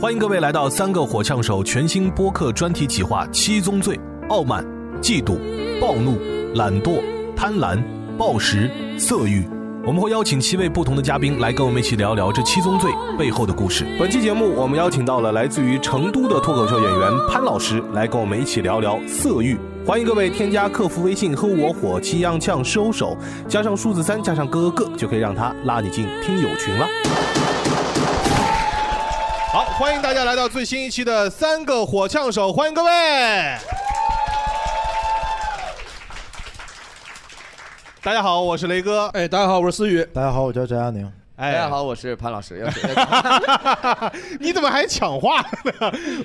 欢迎各位来到三个火枪手全新播客专题企划《七宗罪：傲慢、嫉妒、暴怒、懒惰、贪婪、暴食、色欲》。我们会邀请七位不同的嘉宾来跟我们一起聊聊这七宗罪背后的故事。本期节目我们邀请到了来自于成都的脱口秀演员潘老师来跟我们一起聊聊色欲。欢迎各位添加客服微信“和我火气样呛收手”，加上数字三，加上哥哥哥，就可以让他拉你进听友群了。好，欢迎大家来到最新一期的三个火枪手，欢迎各位。大家好，我是雷哥。哎，大家好，我是思雨。大家好，我叫翟亚宁。哎，大家好，我是潘老师。要是 你怎么还抢话呢？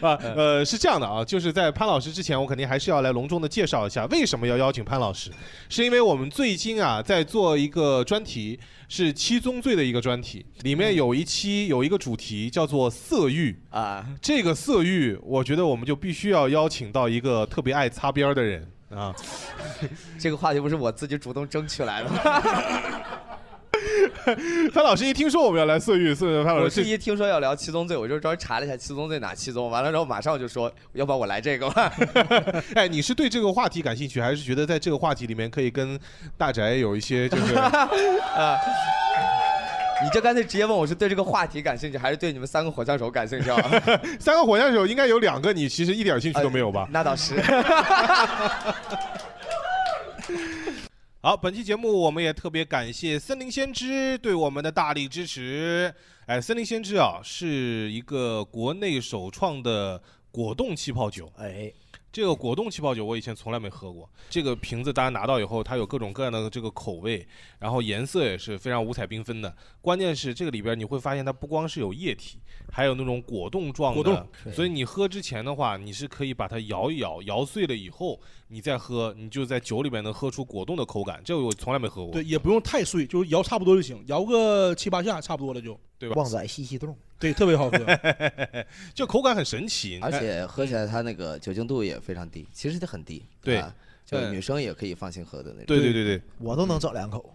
啊，嗯呃，是这样的啊，就是在潘老师之前，我肯定还是要来隆重的介绍一下为什么要邀请潘老师，是因为我们最近啊在做一个专题，是七宗罪的一个专题，里嗯面有一期有一个主题叫做色欲啊，这个色欲，我觉得我们就必须要邀请到一个特别爱擦边儿的人啊。 这个话题不是我自己主动争取来的， 潘老师一听说我们要来色欲，色欲潘老我师是这一听说要聊七宗罪，我就专门查了一下七宗罪哪七宗，完了之后马上就说， 要不然我来这个吧。 哎，你是对这个话题感兴趣，还是觉得在这个话题里面可以跟大宅有一些就是 啊，你就干脆直接问我是对这个话题感兴趣，还是对你们三个火枪手感兴趣啊？ 三个火枪手应该有两个你其实一点兴趣都没有吧？ 那倒是。好，本期节目我们也特别感谢森林先知对我们的大力支持。哎，森林先知啊是一个国内首创的果冻气泡酒。哎，这个果冻气泡酒我以前从来没喝过，这个瓶子大家拿到以后，它有各种各样的这个口味，然后颜色也是非常五彩缤纷的。关键是这个里边你会发现它不光是有液体，还有那种果冻状的，果冻所以你喝之前的话，你是可以把它摇一摇，摇碎了以后你再喝，你就在酒里面能喝出果冻的口感。这个我从来没喝过， 对，也不用太碎，就是摇差不多就行，摇个七八下差不多了就。对吧？旺仔西西冻，对，特 别好喝。就口感很神奇，而哎且喝起来它那个酒精度也非常低，其实它很低。对啊就嗯女生也可以放心喝的那种。对对对对我都能整两口。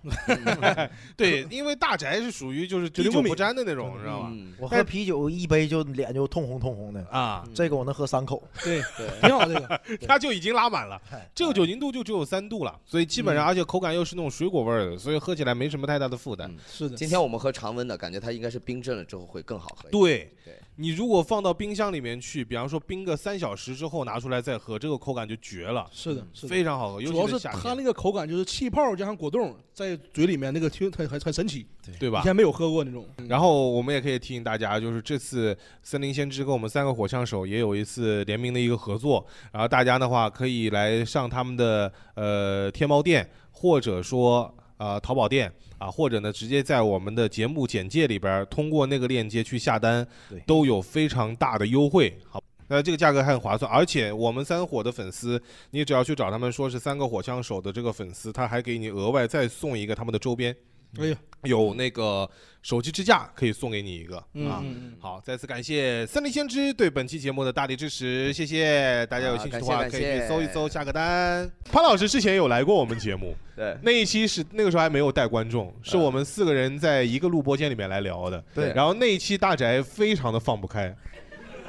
对，因为大宅是属于就是酒滴精酒过敏不沾的那种，你知道吧？嗯，我喝啤酒一杯就脸就通红通红的，啊，这个我能喝三口。对，对。挺好这 个。它就已经拉满了嗨，这个酒精度就只有三度了，所以基本上，而且口感又是那种水果味儿的，所以喝起来没什么太大的负担嗯。是的。今天我们喝常温的，感觉它应该是冰镇了之后会更好喝。对对，你如果放到冰箱里面去，比方说冰个三小时之后拿出来再喝，这个口感就绝了，是的，是的。非常好喝，尤主其要是夏它天，那个口感就是气泡加上果冻在嘴里面那个挺很很很神奇，对以吧？嗯前没有喝过那种。然后我们也可以提醒大家，就是这次森林先知跟我们三个火枪手也有一次联名的一个合作，然后大家的话可以来上他们的呃天猫店，或者说呃淘宝店啊，或者呢直接在我们的节目简介里边儿通过那个链接去下单对，都有非常大的优惠。好。那这个价格还很划算，而且我们三火的粉丝，你只要去找他们说是三个火枪手的这个粉丝，他还给你额外再送一个他们的周边，哎呀，有那个手机支架可以送给你一个、啊。嗯，好，再次感谢森林先知对本期节目的大力支持，谢谢大家。哎有啊兴趣的感谢话感可谢以去搜一搜，下个 单。潘老师之前有来过我们节目，对嗯那一期是那个时候还没有带观众，是我们四个人在一个录播间里面来聊的。对然后那一期大宅非常的放不开，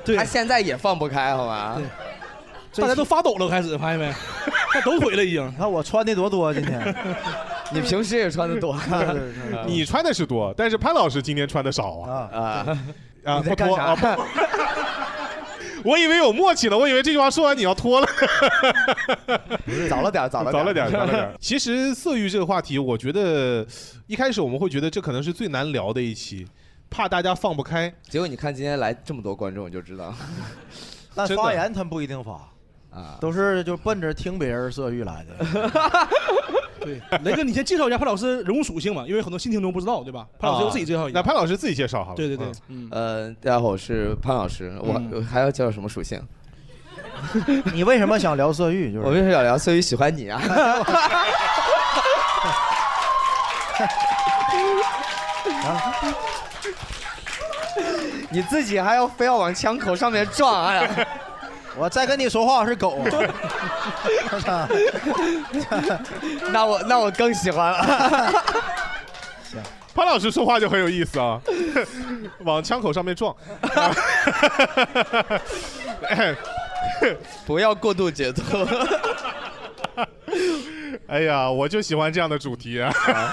对他，现在也放不开，好吗？大家都发抖了，开始发现没？他抖腿了已经你。看我穿的多多，今 天。 你平时也穿的 多你穿啊的是多，但是潘老师今天穿的少啊啊，啊，啊，不 你在干脱啊。啥？我以为有默契了，我以为这句话说完你要脱了。早了点儿，早了早了儿点儿，早了点儿。 其实色欲这个话题，我觉得一开始我们会觉得这可能是最难聊的一期，怕大家放不开。结果你看今天来这么多观众，你就知道但真的发言他们不一定发，啊。都是就奔着听别人色欲来的。 对，雷哥，你先介绍一下潘老师人物属性嘛，因为很多新听众不知道，对吧？潘啊老师由自己介绍一那下。潘老师自己介绍好了。对对对嗯，嗯，呃，大家好，我是潘老师。我嗯我还要介绍什么属性？你为什么想聊色欲？就我是为什么要聊所以喜欢你啊？ 你自己还要非要往枪口上面撞，哎呀！ 我再跟你说话是狗。啊 那我那我更喜欢了。潘 潘老师说话就很有意思啊， 往枪口上面撞。 不要过度解读。 哎呀，我就喜欢这样的主题啊！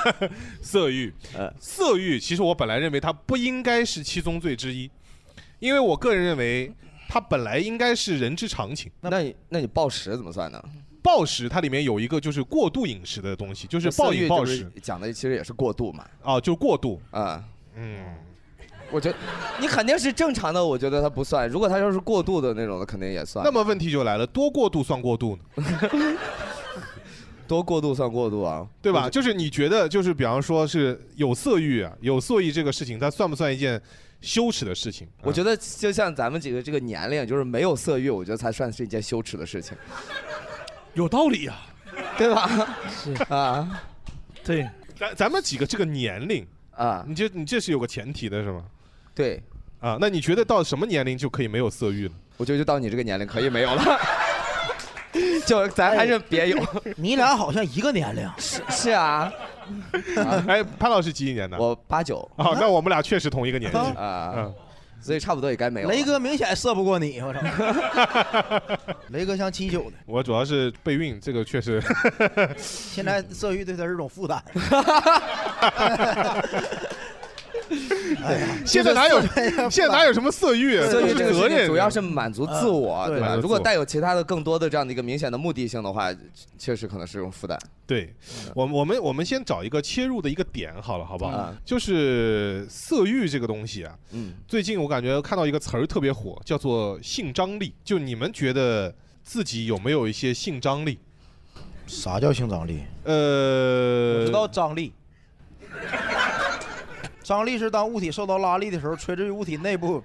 色欲，呃色欲，其实我本来认为它不应该是七宗罪之一，因为我个人认为它本来应该是人之常情。那你那你暴食怎么算呢？暴食它里面有一个就是过度饮食的东西， 就是暴饮暴食讲的其实也是过度嘛。啊，就过度啊，嗯，我觉得你肯定是正常的，我觉得它不算。如果它要是过度的那种的，肯定也算。那么问题就来了，多过度算过度呢？ 多过度算过度啊，对吧？就是你觉得，就是比方说是有色欲啊，有色欲这个事情，它算不算一件羞耻的事情？啊我觉得就像咱们几个这个年龄，就是没有色欲，我觉得才算是一件羞耻的事情，有道理呀、对吧？是啊，对，咱咱们几个这个年龄啊，你这你这是有个前提的是吗？对，啊，那你觉得到什么年龄就可以没有色欲了？我觉得就到你这个年龄可以没有 了，就咱哎还是别有。 你俩好像一个年龄， 是是啊，哎，潘老师几几年的？我八九啊，那我们俩确实同一个年纪。啊嗯，所以差不多也该没有了。雷哥明显射不过你，我操！雷哥像七九的，我主要是备孕，这个 确实现在色欲对他是一种负 担。 现在哪有就是色欲啊现在哪有什么色欲，所以都这个是责事情任。主要是满足自我，嗯啊对吧？对如果带有其他的更多的这样的一个明显的目的性的话，确实可能是一种负担。对，嗯我们我们我们先找一个切入的一个点好了，好不好啊嗯？就是色欲这个东西啊，嗯，最近我感觉看到一个词儿特别火，叫做性张力。就你们觉得自己有没有一些性张力？啥叫性张力？呃，我知道张力。张力是当物体受到拉力的时候，垂直于物体内部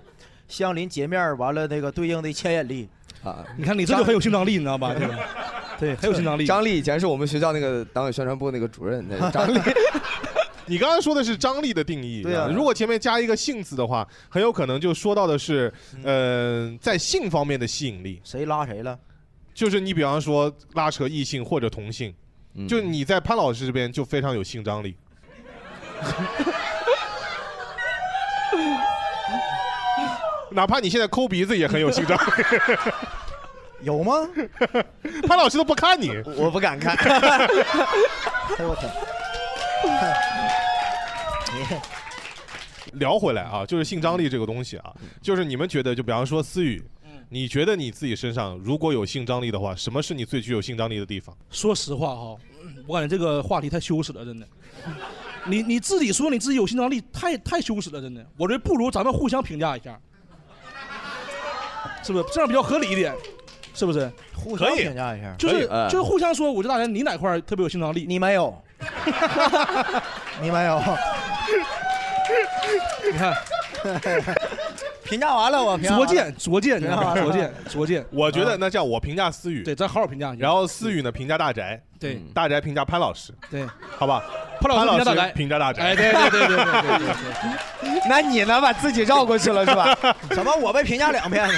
相邻截面，完了那个对应的牵引力。啊，你看你这就很有性张力，你知道吧？对吧？对，很有性张力。张力以前是我们学校那个党委宣传部那个主任，那 个张力你刚刚说的是张力的定义，对啊如果前面加一个性字的话，很有可能就说到的是，嗯、在性方面的吸引力，谁拉谁了？就是你比方说拉扯异性或者同性，就你在潘老师这边就非常有性张力。哪怕你现在抠鼻子也很有性张力， 有吗？ 潘老师都不看你。我不敢 看。哎呦我天！聊回来啊，就是性张力这个东西嗯啊，就是你们觉得，就比方说思雨，你觉得你自己身上如果有性张力的话，什么是你最具有性张力的地方？说实话哈、我感觉这个话题太羞耻了，真的。 你你自己说你自己有性张力，太太羞耻了，真的。我觉得不如咱们互相评价一下，是不是？这样比较合理一点，是不是？互相评价一下。就可以是哎就是互相说，我觉得大家你哪块儿特别有性张力，你没 有，你没有。你看评价完了，我评价拙完了见拙见，你知道吗？对啊拙见拙见，啊我觉得那这样，我评价思雨，对，咱好好评价一下。然后思雨呢评价大宅，嗯对大宅评价潘老师，对，好吧？潘老师评价大宅评价大宅，哎对对对对对对对对。 那你呢？把自己绕过去了是吧？ 怎么我被评价两遍 呢？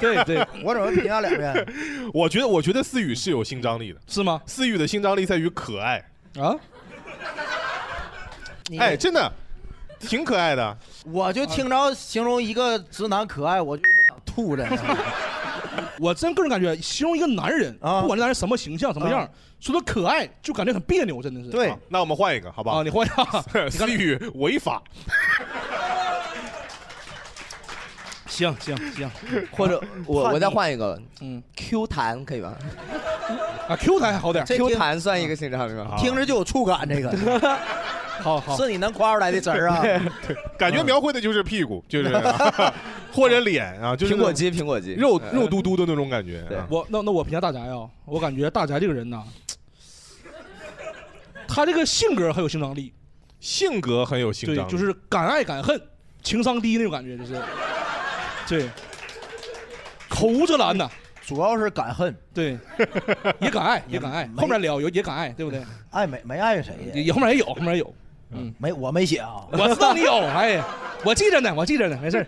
对对，我怎么评价两遍？我觉得我觉得思雨是有性张力的，是吗？思雨的性张力在于可爱，啊，你哎，真的挺可爱的。我就听着形容一个直男可爱，我就想吐了。 我真个人感觉，形容一个男人，啊不管这男人什么形象、什么样儿，说他可爱，就感觉很别扭，真的是。对好，那我们换一个，好啊，吧你？换一 下。思雨违法，行行行，或者我我再换一个嗯 Q 弹可以吧啊，Q 弹还好点儿，啊这？Q 听弹算一个性张力吗？听着就有触感，这个 好好。是你能夸出来的词儿啊。 感觉描绘的就是屁股，就是啊 或者脸啊，就是苹果肌，苹果肌，肉嗯肉嘟嘟的那种感觉。对啊我那那我评价大宅啊，我感觉大宅这个人呐，他这个性格很有性张力，性格很有性对张，力，就是敢爱敢恨，情商低那种感觉， 就是，对，口无遮拦的，主要是敢恨，对，也敢 爱，也敢爱，没后面聊有也敢爱，对不对？爱没没爱谁也呀？嗯也后面也有，后面也有。嗯没我没写啊， 我知道你有，哎，我记着呢，我记着呢，没事儿。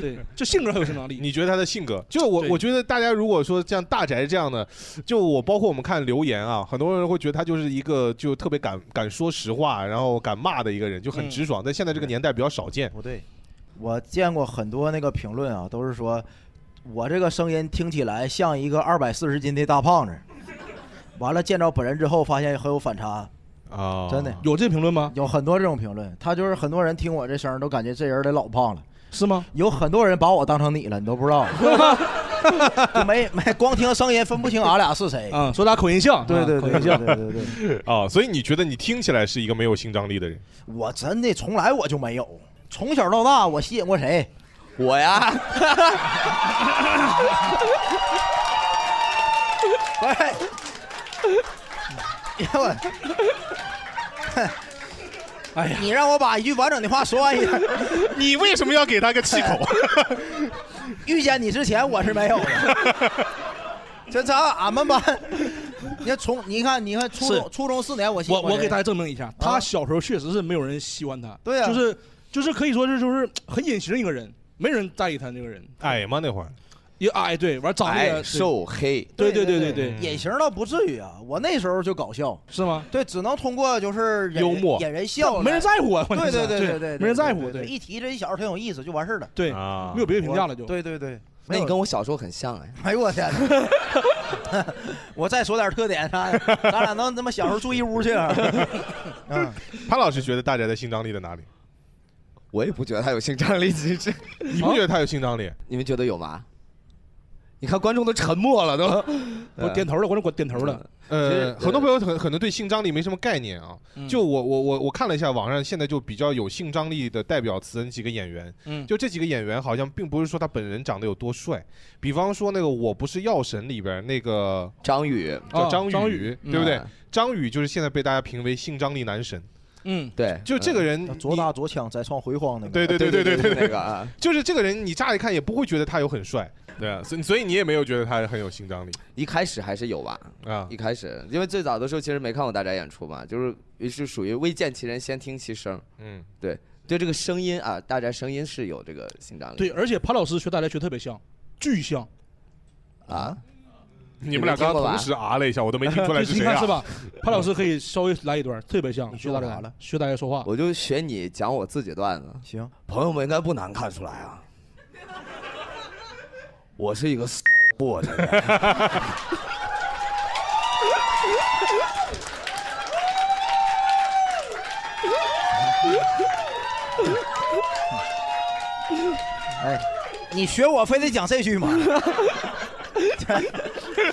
对，就性格很有生产力。你觉得他的性格？就我对我觉得大家如果说像大宅这样的，就我包括我们看留言啊，很多人会觉得他就是一个就特别敢敢说实话，然后敢骂的一个人，就很直爽，在现在这个年代比较少见。不对，我见过很多那个评论啊，都是说我这个声音听起来像一个二百四十斤的大胖子。完了，见着本人之后，发现很有反差，啊哦真的有这评论吗？有很多这种评论。他就是很多人听我这声儿都感觉这人得老胖了，是吗？有很多人把我当成你了，你都不知 道，就没没光听声音分不清俺俩是谁。啊，说咱口音像，对啊对口对音对像，对对对， 啊，所以你觉得你听起来是一个没有性张力的人？我真的从来我就没有，从小到大我吸引过 谁？我呀，哎，哎呦我，哎呀，你让我把一句完整的话说完一下。你为什么要给他个气口？ 遇见你之前我是没有的。 这咱俺们班，你看从你看你看初是中初中四年我吸引我过我谁给大家证明一下，他小时候确实是没有人喜欢他，啊对啊就是就是可以说是就是很隐形一个人，没人在意他这个人，矮吗？那会儿也矮，对，完长得也矮，瘦黑，对对对对对嗯对，隐形倒不至于啊，我那时候就搞笑，是吗？对，只能通过就是引幽默引人笑来，没人在乎啊，关键对是对对对对对，没人在乎，对，对一提这一小子挺有意思就完事儿了，对，啊没有别的评价了就。对对对，那你跟我小时候很像哎。哎呦我天哪！我再说点特点啥的，咱俩能他妈小时候住一屋去啊？嗯，潘老师觉得大宅的性张力在哪里？我也不觉得他有性张力，其实 你不觉得他有性张力？你们觉得有吗？你看观众都沉 默了，都嗯我点头了，观众给我点头了。其呃实，嗯很多朋友很可能对性张力没什么概念啊。就我我我我看了一下网上现在就比较有性张力的代表词几个演员，嗯就这几个演员好像并不是说他本人长得有多帅，比方说那个《我不是药神》里边那个张宇，叫哦张宇，张宇对不对？嗯张宇就是现在被大家评为性张力男神， 嗯，对，就这个人，左你打左抢，再创回荒那个。对对对对对对对，那对，个啊，就是这个人，你乍一看也不会觉得他有很帅，对啊，所以所以你也没有觉得他很有性张力一开始还是有吧，啊一开始，因为最早的时候其实没看过大宅演出嘛，就是是属于未见其人先听其声，嗯，对，对这个声音啊，大宅声音是有这个性张力，对，而且潘老师学大家学特别像，巨像，啊，你们俩刚刚同时啊了一下， 我都没听出来就是你谁看啊？是吧？潘老师可以稍微来一段，特别像你学说大我家啥了学大家说话。我就学你讲我自己段子，行，朋友们应该不难看出来啊， 我是一个死货这个人。 哎，你学我非得讲这句吗？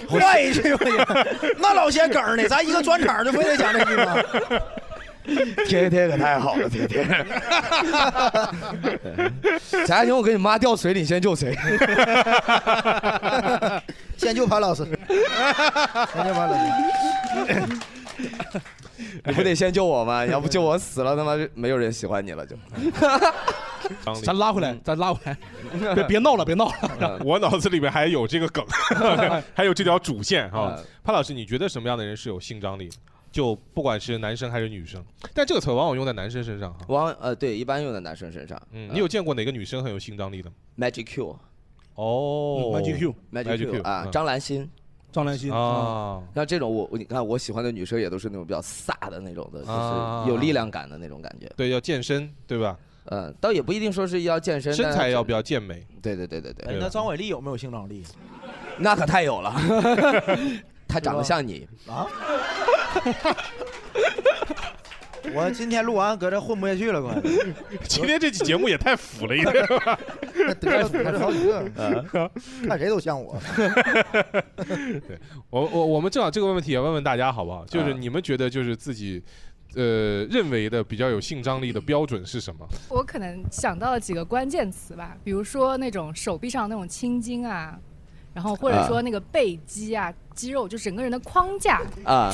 换一句吧你，那老些梗儿呢？咱一个专场就非得讲这句吗？ 天天可太好了，天天。贾亚婷，我跟你妈掉水里，你先救谁？ 先救潘老师，先救潘 老师。你不得先救我吗？要不救我死了，他妈就没有人喜欢你了就。张力咱拉回来，咱拉回 来，别别闹了，别闹嗯了。我脑子里面还有这个梗，还有这条主线哈嗯。潘老师，你觉得什么样的人是有性张力？就不管是男生还是女生，但这个词往往用在男生身上哈。王呃，对，一般用在男生身上。嗯，呃你有见过哪个女生很有性张力的吗？ Magic Q。哦 Oh， Magic Q， Magic Magic Q， Q 啊嗯，张兰心，嗯张兰心啊，啊，像这种我我你看我喜欢的女生也都是那种比较飒的那种的，啊就是有力量感的那种感觉。对，要健身，对吧？嗯，倒也不一定说是要健身，身但材是要比较健美。对对对对对，哎， 那张伟丽有没有性张力那可太有了， 她长得像你，啊？我今天录完搁这混不下去了，快！今天这期节目也太腐了一点。得罪好几个，看谁都像我。我我我们正好这个问题也问问大家好不好？就是啊你们觉得就是自己。呃，认为的比较有性张力的标准是 什么？我可能想到了几个关键词吧，比如说那种手臂上那种青筋啊，然后或者说那个背肌啊、肌肉，就整个人的框架，啊，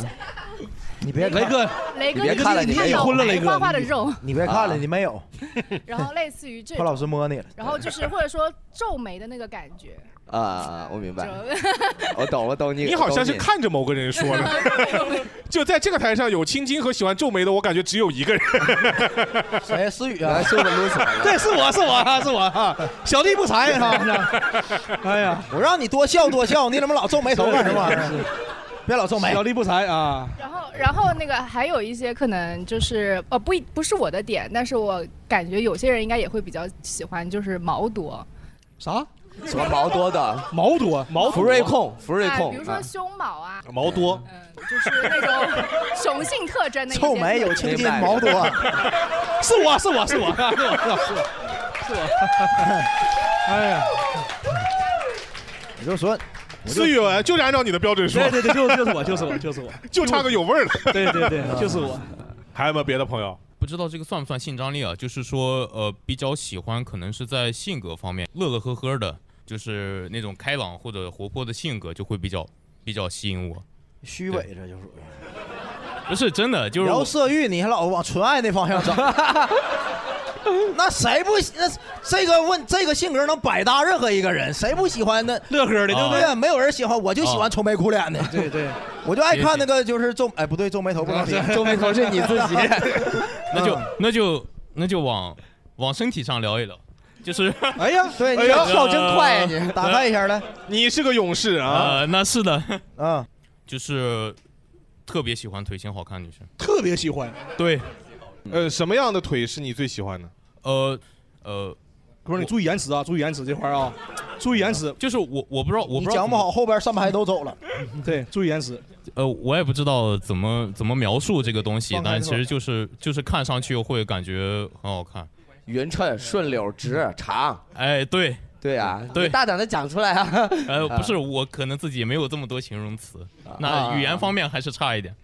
你别雷哥雷哥你别你看了你你看没有到婚了雷白哥花花的肉，你别看了，你没有，然后类似于这怕老师种，摸你了。然后就是或者说皱眉的那个感觉， 啊，我明白，就我哦懂，我懂你。你好我像懂是看着某个人说 的，就在这个台上有青筋和喜欢皱眉的，我感觉只有一个人。 谁？思雨啊，是我撸死对，是我是我啊是我 啊，小弟不才哈。啊哎呀，我让你多笑多笑，你怎么老皱眉头干什么玩意儿？别老皱眉。小弟不才啊，然哦后然后那个还有一些可能就是呃不一不是我的点，但是我感觉有些人应该也会比较喜欢，就是毛多。啥？什么毛多的？ 毛多，毛福瑞控，福瑞哎控，比如说啊胸毛啊，毛多，就是那 种雄性特征的一些臭眉有特征青筋，明白毛啊多。 是我是我是我是我是我是我， 哎呀，你就说，我就思雨文就是按照你的标准说对，对对，就是就是我就是我就是我， 就差个有味儿了。对对对，就是我。还有没有别的朋友？不知道这个算不算性张力啊？就是说，呃，比较喜欢可能是在性格方面，乐乐呵呵的，就是那种开朗或者活泼的性格，就会比较比较吸引我。虚伪，这就属于。不是真的，呃就是聊我色欲，你还老往纯爱那方 向整。那谁不喜那这个问这个性格能百搭任何一个人，谁不喜欢呢？哦乐呵的，对不对对？哦呀，没有人喜欢，我就喜欢愁眉苦脸的， 对对，我就爱看那个就是皱哎不对皱眉头不能提，皱眉头是你自 己，那就那就那就往往身体上聊一聊，就是 哎 呀对，你哎呀跳真快呀嗯你。啊打扮一下来，你是个勇士啊！呃，那是的，嗯， 就是特别喜欢腿型好看的女生。特别喜欢。对，呃，什么样的腿是你最喜欢的？呃呃，不是你注意言辞啊，注意言辞这块儿啊，注意言辞。就是我我不知道我你不知道讲怎不么好后边三排都走了，对，注意言辞。呃，我也不知道怎么怎么描述这个东西放，开但做其实就是就是看上去会感觉很好看。匀称、顺溜、直、长。哎，对，对啊，对你大胆的讲出来啊！啊呃，不是，我可能自己没有这么多形容词，那语言方面还是差一点。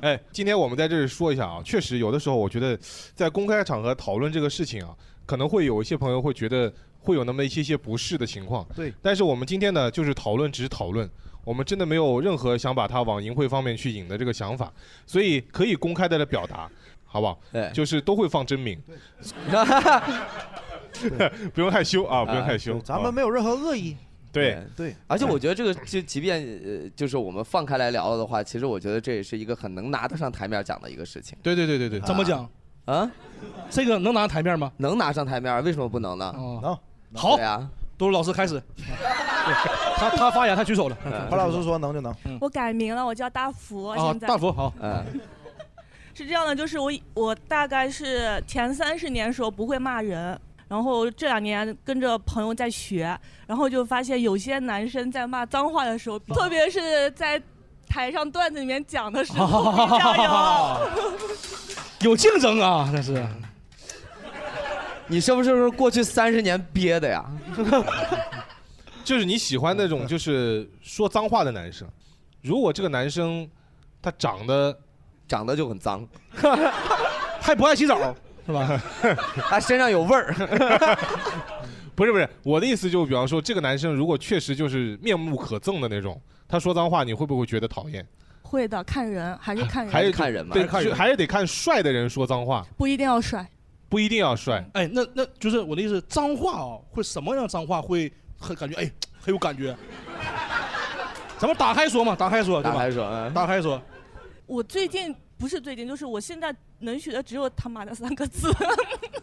哎，今天我们在这里说一下啊，确实有的时候我觉得在公开场合讨论这个事情啊，可能会有一些朋友会觉得会有那么一些些不适的情况。对，但是我们今天呢，就是讨论，只是讨论。我们真的没有任何想把它往淫秽方面去引的这个想法，所以可以公开的来表达，好不好？对就是都会放真名， 嗯不用害羞 啊，不用害羞。咱们啊没有任何恶意，对，对，而且我觉得这个，就即便呃，就是我们放开来聊了的话，其实我觉得这也是一个很能拿得上台面讲的一个事情对对对对对，怎么讲？啊，这个能拿台面吗？能拿上台面，为什么不能 呢？哦，能。好对，啊，多老师开始。他他发言，他举手了。嗯潘嗯老师说能就能， 我改名了，我叫大福。啊，现在、大福好，嗯，是这样的，就是我我大概是前三十年的时候不会骂人，然后这两年跟着朋友在学，然后就发现有些男生在骂脏话的时候，特别是在台上段子里面讲的时候，比较有。有竞争啊，这是。你是不是过去三十年憋的呀？ 就是你喜欢那种就是说脏话的男生，如果这个男生他长得长得就很脏， 还不爱 洗澡是吧？他身上有味儿， 不是不是，我的意思就比方说，这个男生如果确实就是面目可憎的那种，他说脏话，你会不会觉得讨厌？会的，看人还是看人，还是看人嘛。对，看人就还是得看帅的人说脏话，不一定要帅。不一定要帅。哎，那那就是我的意思，脏话啊，会什么样脏话会很感觉哎很有感觉？咱们打开说嘛，打开说对打吧开？说，嗯打开说，我最近不是最近，就是我现在能学的只有他妈的三个字。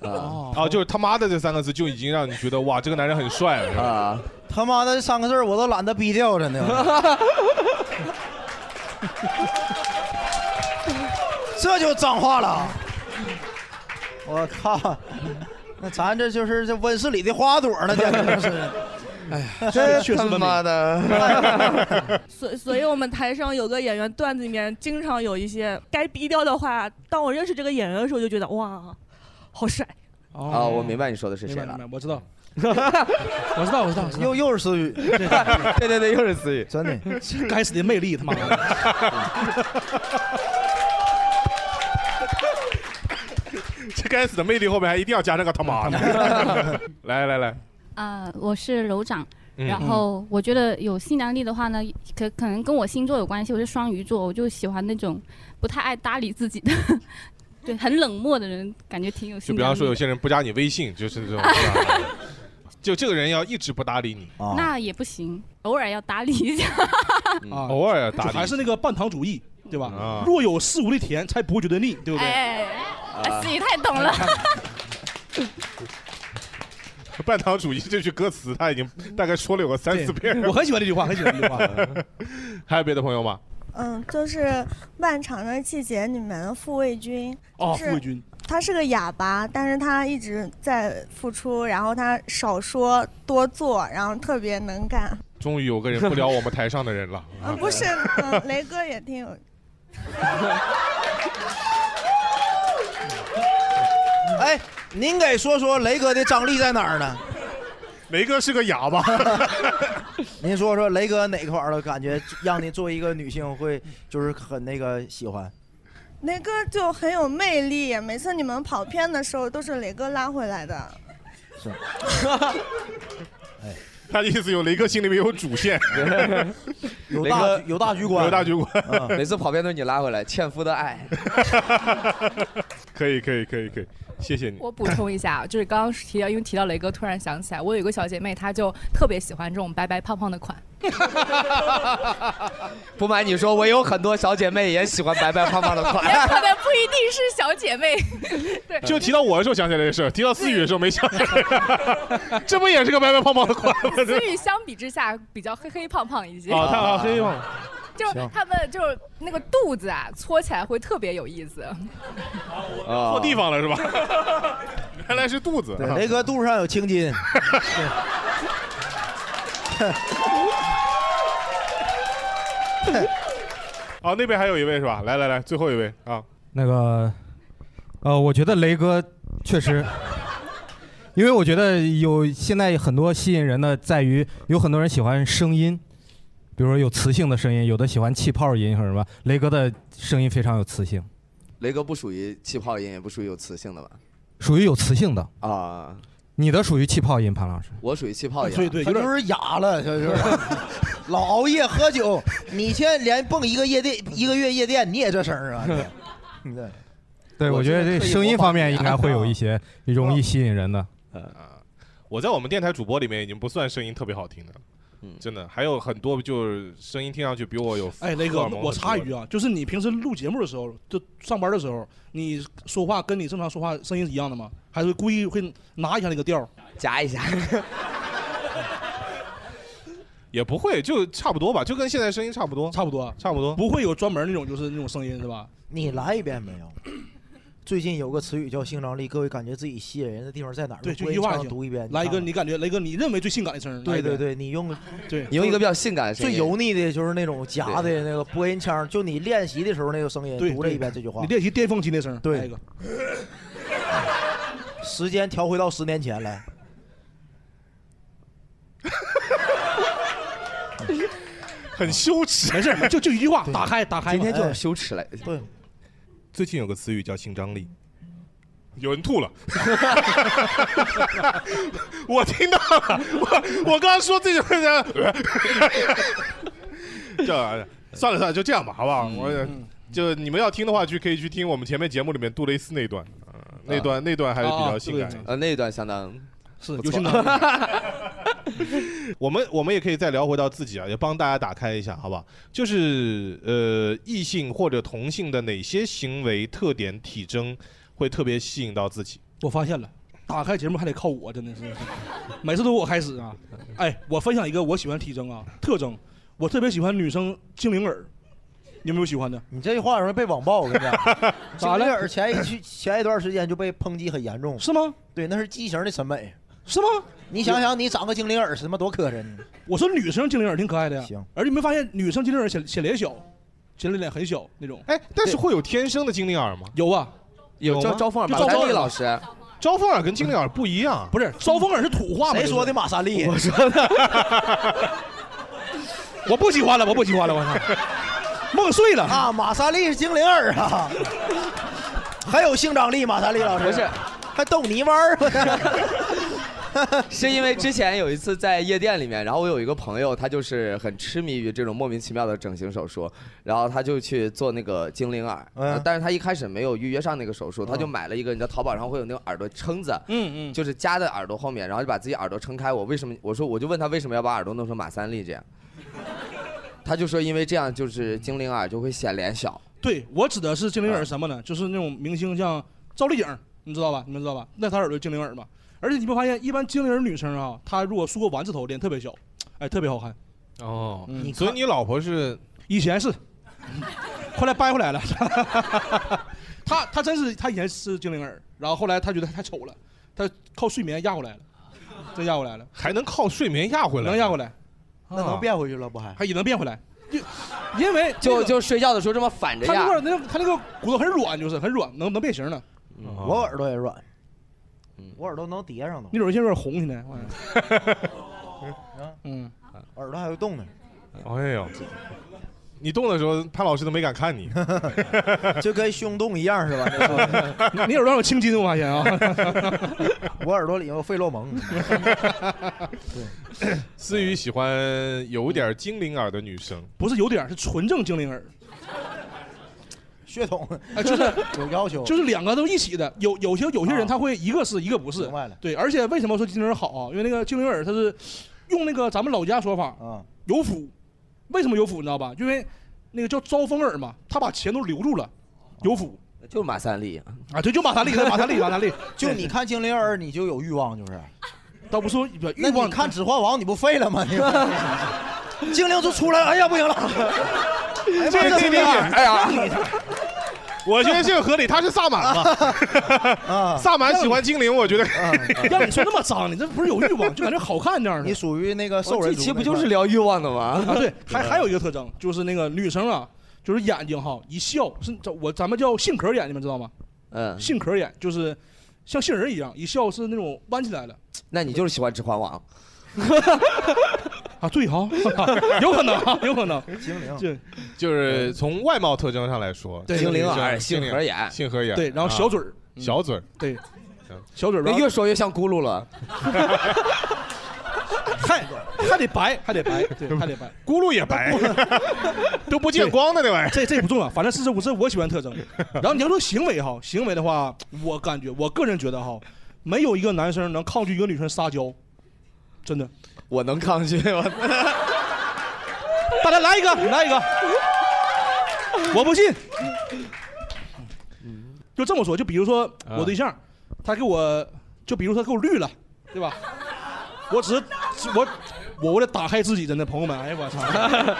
啊啊，就是他妈的这三个字就已经让你觉得哇，这个男人很帅了。是吧啊，他妈的这三个字儿我都懒得逼掉，真的。这就脏话了，我靠！那咱这就是这温室里的花朵了，简直是。 这确实他文明妈的，所所以，我们台上有个演员段子里面经常有一些该逼掉的话。当我认识这个演员的时候，就觉得哇，好帅。哦啊，我明白你说 的是明谁白明了白，。我知道，我知道我知道，我知道又又是思雨， 对对对，又是思雨。真的。 该死的魅力，他妈的！这该死的 魅力后面还一定要加上个他妈的。来来来，呃啊、我是楼长。嗯然后我觉得有性张力的话呢，可可能跟我星座有关系，我是双鱼座，我就喜欢那种不太爱搭理自己 的，对，很冷漠的人，感觉挺有就性比张力的。方说有些人不加你微信，就是这种，是 吧就这个人要一直不搭理你，那也不行，偶尔要搭理一下。啊，嗯偶尔要搭理啊还是那个半糖主义，对吧？若有似无的甜，才不会觉得腻，对不啊对？哎，啊自己太懂了。 半糖主义这句歌词他已经大概说了有个三四遍。我很喜欢这句话，很喜欢这句话。 还有别的朋友吗？嗯，就是《漫长的季节》里面的傅卫军，哦就是傅卫军他是个哑巴，但是他一直在付出，然后他少说多做，然后特别能干。终于有个人不聊我们台上的人 了。嗯，不是，嗯，雷哥也挺有，哎，您给说说雷哥的张力在哪儿呢？雷哥是个哑巴。 您说说雷哥哪块儿的感觉让您作为一个女性会就是很那个喜欢？雷哥就很有魅力，每次你们跑偏的时候都是雷哥拉回来的。 他的意思有雷哥心里面有主 线，有大有大局观有大局观。啊每次跑偏都是你拉回来，《纤夫的爱》 可以可以可以可以，谢谢你。我补充一下啊，就是刚刚提到，因为提到雷哥，突然想起来，我有一个小姐妹，她就特别喜欢这种白白胖胖的款。不瞒你说，我有很多小姐妹也喜欢 白白胖胖的 款。哎可能不一定是小姐妹，对，就提到我的时候想起来这个事儿，提到思雨的时候没想起来，这不也是个白白胖胖的款吗？所以相比之下比较黑黑胖胖一些。哦，太好，黑胖。 就是他们就是那个肚子啊，搓起来会特别有意思。错地方了是吧？原来是 肚啊子。对，雷哥肚子上有青筋。哦，那边还有一位是吧？来来来，最后一位啊，那个，呃，我觉得雷哥确实，因为我觉得有现在很多吸引人的在于有很多人喜欢声音，比如说有磁性的声音，有的喜欢气泡音或者什么。雷哥的声音非常有磁性， 雷哥不属于气泡音，也不属于有磁性的吧？属于有磁性的。啊，你的属于气泡音，潘老师。我属于气泡音啊。他就是哑了，就是老熬夜喝酒。你现在连蹦一个夜店，一个月夜店，你也这声儿啊？你对，对，我觉得这声音方面应啊呃该会有一些容易吸引人的。我在我们电台主播里面已经不算声音特别好听的，嗯真的，还有很多就是声音听上去比我有哎，雷哥，荷尔蒙我很插一多句啊，就是你平时录节目的时候，就上班的时候，你说话跟你正常说话声音是一样的吗？还是故意会拿一下那个调儿，夹一下？也不会，就差不多吧，就跟现在声音差不多，差不多，啊差不多，不会有专门那种就是那种声音是吧？你来一遍没有？最近有个词语叫性张力，各位感觉自己吸引人的地方在哪儿？对，就我一给你句话唱就行读一遍，来一个，看看你感觉雷哥你认为最性感的声儿，来对一对遍对，你用对，你用一个比较性感啊的声最音油腻的就是那种夹的那个播音腔，就你练习的时候那个声音，对读了一对遍这句话你。练习巅峰期那声儿，来对一个， 时间调回到十年前 来。很羞耻。没事儿，就就一句话，打开打开嘛。今天就哎是羞耻了。对，最近有个词语叫性张力，有人 吐了，我听到了，我我刚刚说这就是这玩意儿算了算了，就这样吧，好不嗯好？我就你们要听的话，去可以去听我们前面节目里面杜蕾斯那一段，呃那啊段那段还是比较性感一点。呃，那一段相当是有性感。 我们我们也可以再聊回到自己啊，也帮大家打开一下，好不好？就是呃，异性或者同性的哪些行为特点体征会特别吸引到自己？我发现了，打开节目还得靠我，真的是，每次都我开始啊。哎，我分享一个我喜欢体征啊特征，我特别喜欢女生精灵耳，你有没有喜欢的？你这句话容易被网暴，我跟你讲。咋了金耳前一去前一段时间就被抨击很严重，是吗？对，那是畸形的审美，是吗？你想想，你长个精灵耳，他妈多磕碜！我说 女生精灵耳挺可爱的呀，行。而且你没发现女生精灵耳显显脸小，显脸很小那种。哎，但是会有天生的精灵耳吗？有啊，有吗叫招风耳就马招三风立耳老师，招风耳跟精灵耳不一样，不是招风耳是土话吗？谁说的马三立？我说的。 我不喜欢了，我不喜欢了，我操！梦碎了啊！马三立是精灵耳啊， 还有性张力，马三立老师不是 还逗你玩儿。啊 是因为之前有一次在夜店里面，然后我有一个朋友，他就是很痴迷于这种莫名其妙的整形手术，然后他就去做那个精灵耳，哎呃嗯但是他一开始没有预约上那个手术，他就买了一个，你知道淘宝上会有那种耳朵撑子，嗯嗯，就是夹在耳朵后面，然后就把自己耳朵撑开。我为什么？我说我就问他为什么要把耳朵弄成马三立这样，他就说因为这样就是精灵耳就会显 脸小。对我指的是精啊灵耳是什么呢？就是那种明星像赵丽颖，你知道吧？你们知道吧？那她耳朵精灵耳嘛。而且你会发现，一般精灵耳女生啊，她如果梳个丸子头，脸特别小，哎，特别好看。哦嗯，所以你老婆是以前是，后来掰回来了。 她她真是她以前是精灵耳，然后后来她觉得太丑了，她靠睡眠压回来了，真压回来了。还能靠睡眠压回来？能压回来，那能变回去了不还？还也能变回来，就因为就就睡觉的时候这么反着他压那个那个他那个骨头很软，就是很软，能能变形的。哦我耳朵也软，我耳朵能叠上都，你耳朵现在有点红，现在。我 嗯，耳朵还会动呢。哎呦，你动的时候，潘老师都没敢看你，就跟胸动一样是吧？ 你你耳朵有青筋，我发现啊。 我耳朵里有费洛蒙。思雨喜欢有点精灵耳的女生， 不是有点儿，是纯正精灵耳，血统啊，就是有要求，啊就是两个都一起的。有有些有些人他会一个是一个不是，对。而且为什么说精灵耳好啊？因为那个精灵耳它是用那个咱们老家说法，啊有福。为什么有福你知道吧？因为那个叫招风耳嘛，他把钱都留住了，啊有福。就马三立啊，对，就马三立，马三立，马三立。 就你看精灵儿，你就有欲望，就是。倒不说欲望，你看《指环王》，你不废了吗？你 精灵就出来了，哎呀，不行了！ 哎呀妈这个精精灵灵耳儿，哎呀， 我觉得这个合理，他是萨满 嘛，啊萨满喜欢精灵，我觉啊得。让你说那么脏，你这不是有 欲望，就感觉好看这样的。你属于那个兽人族这期不就是聊欲望的吗？啊，对，还还有一个特征就是那个女生啊，就是眼睛哈一笑是这我咱们叫杏壳眼，你们知道吗？ 嗯，杏壳眼就是像杏仁儿一样，一笑是那种弯起来了。那你就是喜欢《指环王》啊？对哈、 有可能啊，有可能。精灵对，就是从外貌特征上来说，对啊精灵耳精灵啊哎杏核眼杏核眼，对然后小嘴儿啊小嘴儿，嗯对，小嘴儿那 越说越像咕噜了。还还得白，还得白，对，还得白，咕噜也 白，都不见光的那玩意儿。这这不重要，反正是这不是我喜欢特征。然后你要说行为哈，行为的话，我感觉我个人觉得哈，没有一个男生能抗拒一个女生撒娇，真的。我能抗拒，我大家来一个，来一个，我不信。就这么说，就比如说我对象，他给我，就比如他给我绿了，对吧？我只是我我为了打开自己，真的朋友们，哎呀我操，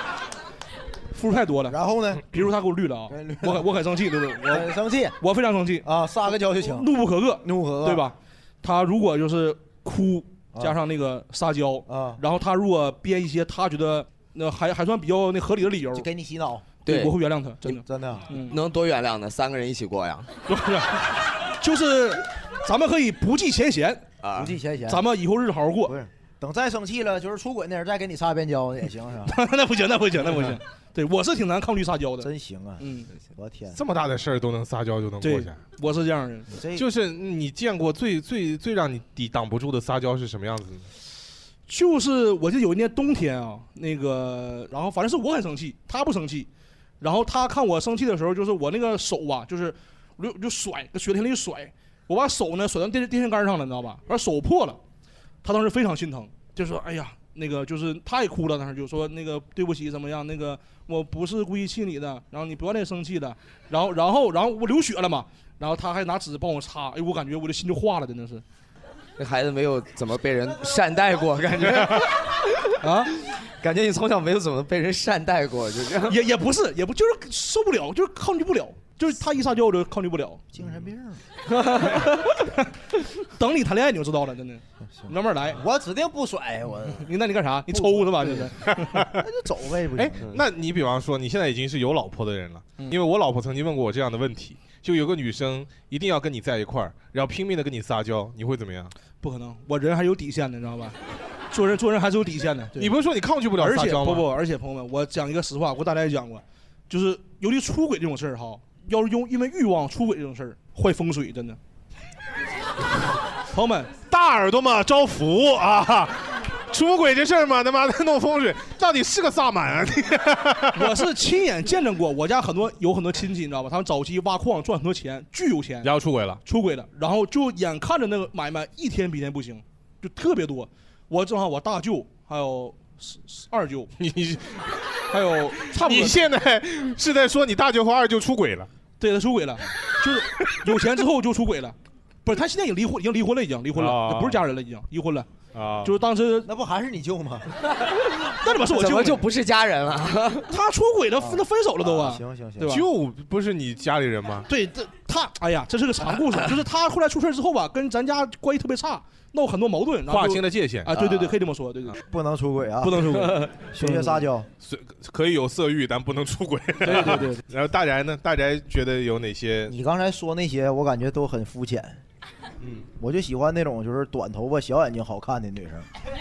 付出太多了。然后呢？哎比如他给我绿了啊，我很我很生气，对不对？我很生气，我非常生气啊，撒个娇就行，怒不可遏，怒不可遏，啊对吧？他如果就是哭加上那个撒娇啊，然后他如果编一些他觉得那还还算比较那合理的理由，就给你洗脑。对，我会原谅他，真的嗯真的。啊能多原谅呢？三个人一起过呀。就是咱们可以不计前嫌啊不计前嫌咱们以后日子好好过。等再生气了，就是出轨那人再给你擦边胶也行，是吧？ 那不行，那不行，那 不行。对我是挺难抗拒撒娇的，真行啊！嗯，我天，这么大的事儿都能撒娇就能过对去，，啊我是这样的人。就是你见过最最最让你抵挡不住的撒娇是什么样子呢？就是我记得有一年冬天啊，那个然后反正是我很生气，他不生气，然后他看我生气的时候，就是我那个手啊，就是我就我就甩，搁雪天里一甩，我把手呢甩到电电线杆上了，你知道吧？完手破了，他当时非常心疼，就说：“哎呀，那个就是他也哭了，当时就说那个对不起怎么样？那个我不是故意气你的，然后你不要再生气了。然后然后然后我流血了嘛，然后他还拿纸帮我擦，哎呦，我感觉我的心就化了，真的是。”这孩子没有怎么被人善待过，感觉 啊，感觉你从小没有怎么被人善待过，就这样。也也不是，也不就是受不了，就是抗拒不了，就是他一撒娇我就抗拒不了。 精神病。等你谈恋爱你就知道了， 真的，你慢慢来。我指定不甩我。 你那你干啥？你抽是吧？就是。那就走呗，不哎，那你比方说你现在已经是有老婆的人了，嗯因为我老婆曾经问过我这样的问题，就有个女生一定要跟你在一块儿，然后拼命的跟你撒娇，你会怎么样？不可能，我人还是有底线的，你知 道吧？做人做人还是有底线的。对你不是说你抗拒不了而撒且娇吗不不，而且朋友们，我讲一个实话，我跟大家也讲过，就是尤其出轨这种 事儿哈，要是因因为欲望出轨这种事儿，坏风水真的。朋友们，大耳朵嘛招福啊， 出轨这事儿嘛，他妈的弄风水，到底是个萨满啊？ 我是亲眼见证过，我家很多有很多亲戚，你知道吧？他们早期挖矿赚很多钱，巨有钱，然后出轨了，出轨了，然后就眼看着那个买卖一天比一天不行，就特别多。我正好我大舅还有四四二舅，你还有差不多。你现在是在说你大舅和二舅出轨了？对，他出轨了，就是有钱之后就出轨了。不是，他现在已经离婚，已经离婚了，已经离婚了，哦不是家人了，已经离婚了。啊就是当时那不还是你舅吗？那怎么是我舅呢？怎么就不是家人了？他出轨了，分、那分手了都啊。行行对吧？舅不是你家里人吗？对，这他，哎呀，这是个长故事，就是他后来出事儿之后吧，跟咱家关系特别差，闹很多矛盾，然后就划清了界限啊。对对对，可以这么说，对对。不能出轨啊，不能出轨 学学撒 娇。虽可以有色欲，但不能出轨。对对对。 然后大宅呢？大宅觉得有哪些？你刚才说那些，我感觉都很肤浅。嗯，我就喜欢那种就是短头发、小眼睛、好看的女生。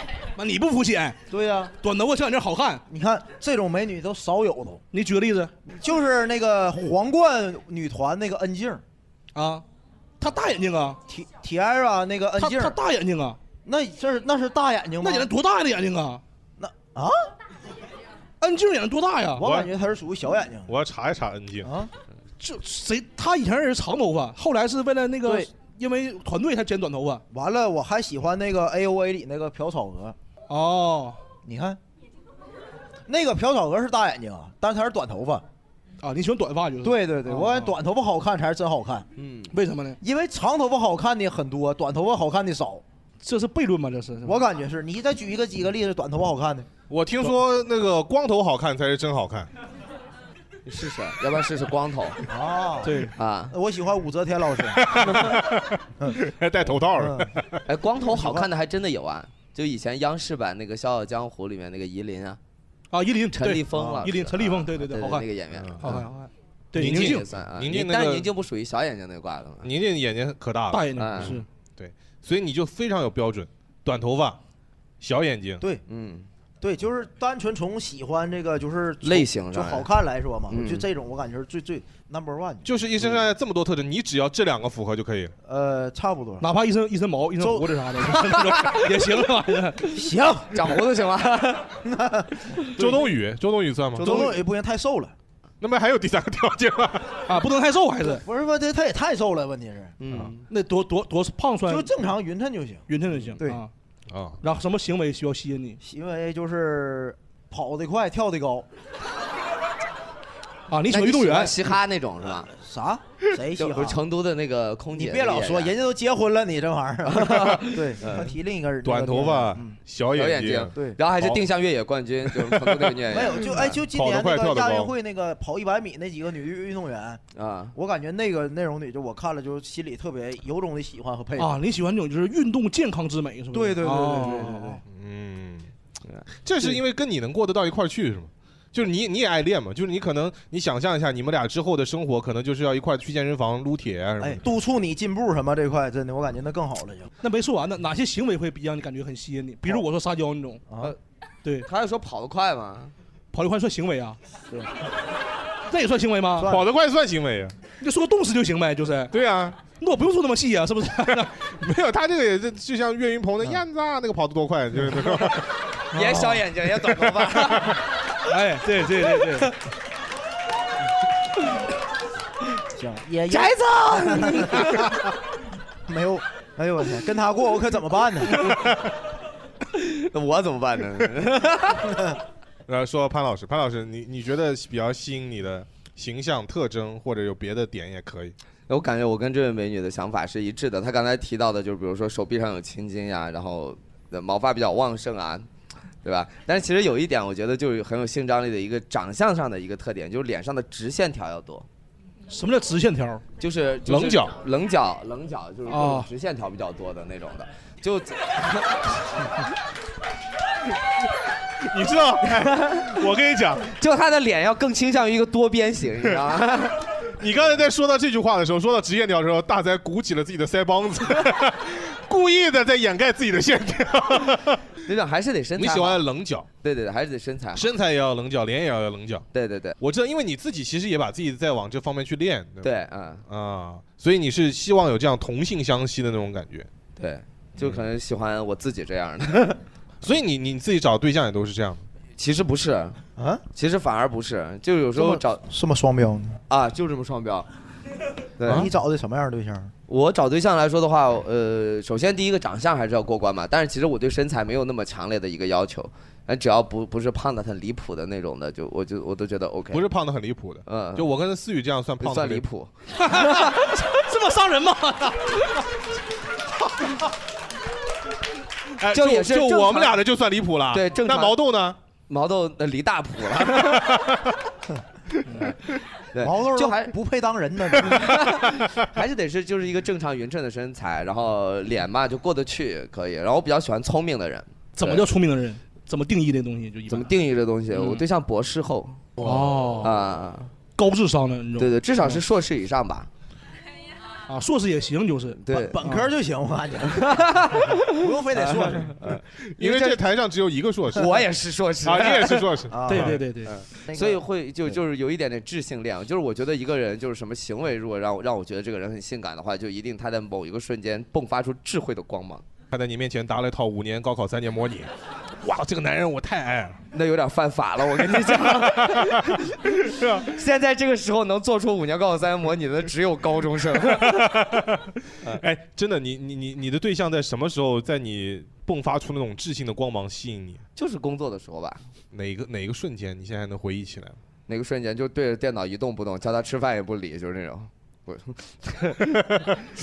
那你不肤浅？对呀、短头发、小眼睛好看。你看这种美女都少有都。你举个例子，就是那个皇冠女团那个恩静，啊，她大眼睛啊，T T R 啊那个恩静，她她大眼睛啊，那这是那是大眼睛吗？那眼睛多大的眼睛啊？啊？恩静眼睛多大呀？我感觉她是属于小眼睛。我要查一查恩静啊。这谁？她以前是长头发，后来是为了那个对，因为团队才剪短头发。完了，我还喜欢那个 A O A 里那个朴草娥。哦，你看，那个朴草娥是大眼睛啊，但是她是短头发。啊，你喜欢短发就是？哦对对对，我感觉短头发好看才是真好看。嗯，为什么呢？因为长头发好看的很多，短头发好看的少。这是悖论吗？这是？我感觉是。你再举一个几个例子，短头发好看的。我听说那个光头好看才是真好看。你试试，要不然试试光头。哦，对啊，我喜欢武则天老师。还戴头套呢。哎，光头好看的还真的有 啊，就以前央视版那个《笑傲江湖》里面那个夷陵啊，啊，夷陵陈对立峰了，啊夷陵陈立峰，对对对，好看嗯那个演员，啊好看好看。对，宁宁静静也算啊，宁静那但个是宁静不属于小眼睛那挂的吗？宁静眼睛可大了，大眼睛嗯是对，所以你就非常有标准，短头发，小眼睛，对，嗯，对，就是单纯从喜欢这个就是从类型就上来好看来说嘛，嗯就这种我感觉是最最 number one 的。就是一身上下这么多特征，你只要这两个符合就可 以了。呃，差不多。哪怕一身一身毛、一身胡 子啥的也行啊。行，长胡子行吗？周冬雨，周冬雨算吗？周冬雨不行，太瘦了。那么还有第三个条件吗？啊，不能太瘦还是？不是说这他也太瘦了，问题是嗯，那多多多胖帅就，正常匀称就行。匀称就行。对啊，啊，然后什么行为需要吸引你因为就是跑得快，跳得高。啊？你那喜欢运动员？嘻哈那种是吧？啥？谁喜就不欢是？成都的那个空你姐的别演员？老说，人家都结婚了，你这玩 意儿。 对，他提另一个人。呃嗯短头发，小小眼眼睛睛，，对然后还是定向越野冠军，就是成都那 个女演员。没有，就哎，就今跑得年快那跳个得亚运高会那个跑一百米那几个女运动员，啊，我感觉那个那种女，就我看了就心里特别由衷的喜欢和佩服啊，你喜欢那种就是运动健康之美，是不是？对对对对哦对对对。嗯，这是因为跟你能过得到一块儿去是吗？就是你你也爱练嘛，就是你可能你想象一下，你们俩之后的生活可能就是要一块儿去健身房撸铁啊什么哎的，。督促你进步什么这块，真的我感觉那更好了就。那没说完呢，哪些行为会比让你感觉很吸引你？比如我说撒娇那种，呃啊，对，他是说跑得快吗？跑得快算行为啊？这也算行为吗？跑得快算行为啊？你就说个动词就行呗，就是。对啊，那我不用说那么细啊，是不是？ 没有，他这个也是就像岳云鹏的燕子啊，那个跑得多快， 就是那种。也小眼睛，也短头 发。哎，对对对对， 行，也也宅子， 没有，哎呦我天，跟他过我可怎么办呢？那我怎么办呢？ 呃，说潘老师，潘老师，你你觉得比较吸引你的形象特征，或者有别的点也可以。哎我感觉我跟这位美女的想法是一致的。她刚才提到的，就是比如说手臂上有青筋呀、然后呃毛发比较旺盛啊，对吧？但是其实有一点，我觉得就是很有性张力的一个长相上的一个特点，就是脸上的直线条要多，什么叫直线条？就是、就是棱角棱角、棱角，就是各哦种直线条比较多的那种的。就 你知道， 我跟你讲，就她的脸要 更倾向于一个多边形，你知道吗？ 你刚才在说到这句话的时候，说到直线条的时候，大仔鼓起了自己的腮帮子， 故意的在掩盖自己的线条。队长还是得身材你好。喜欢棱角，对对对，还是得身材好。身材也要棱角，脸也要有棱角。对对对我知道，因为你自己其实也把自己在往这方面去练，对吧对，嗯。啊，所以你是希望有这样同性相吸的那种感觉。嗯对，就可能喜欢我自己这样的。所以你你自己找对象也都是这样其实不是 啊，其实反而不是，就有时这候么找这么双标呢？啊啊，就这么双标。对，你找的什么样的对象？我找对象来说的话，呃，首先第一个长相还是要过关嘛，但是其实我对身材没有那么强烈的一个要求，但只要不不是胖的很离谱的那种的，就我就我都觉得 OK。不是胖的很离谱的，嗯，就我跟思雨这样算胖得算很离离谱。 这么伤人 吗？哎哎就就也是就正我常们俩的就算离谱了。对，正常。那毛豆呢？毛豆那离大谱了。 对，毛豆就还不配当人呢。还是得是就是一个正常匀称的身材，然后脸嘛就过得去可以。然后我比较喜欢聪明的人。怎么叫聪明的人？怎么定义这东西？就一般嗯怎么定义这东西？我对象博士后。哦嗯啊，高智商的那种。嗯对对，至少是硕士以上吧。啊，硕士也行，就是对本科就行，我 感觉不用非得硕士。嗯因为这台上只有一个硕士，嗯我也是硕士啊，你也是硕 士啊，对对对对嗯所以会就就是有一点点智性恋，就是我觉得一个人就是什么行为，如果让我让我觉得这个人很性感的话，就一定他在某一个瞬间迸发出智慧的 光芒。他在你面前答了一套五年高考三年模拟，哇，这个男人我太爱了，那有点犯法了，我跟 你讲。是啊，现在这个时候能做出五年高考三模拟的只有高 中生。哎，真的，你你你你的对象在什么时候在你迸发出那种智性的光芒吸引你？就是工作的时候吧。哪个哪个瞬间你现在还能回忆起来吗？那个瞬间就对着电脑一动不动，叫他吃饭也不理，就是那种。 我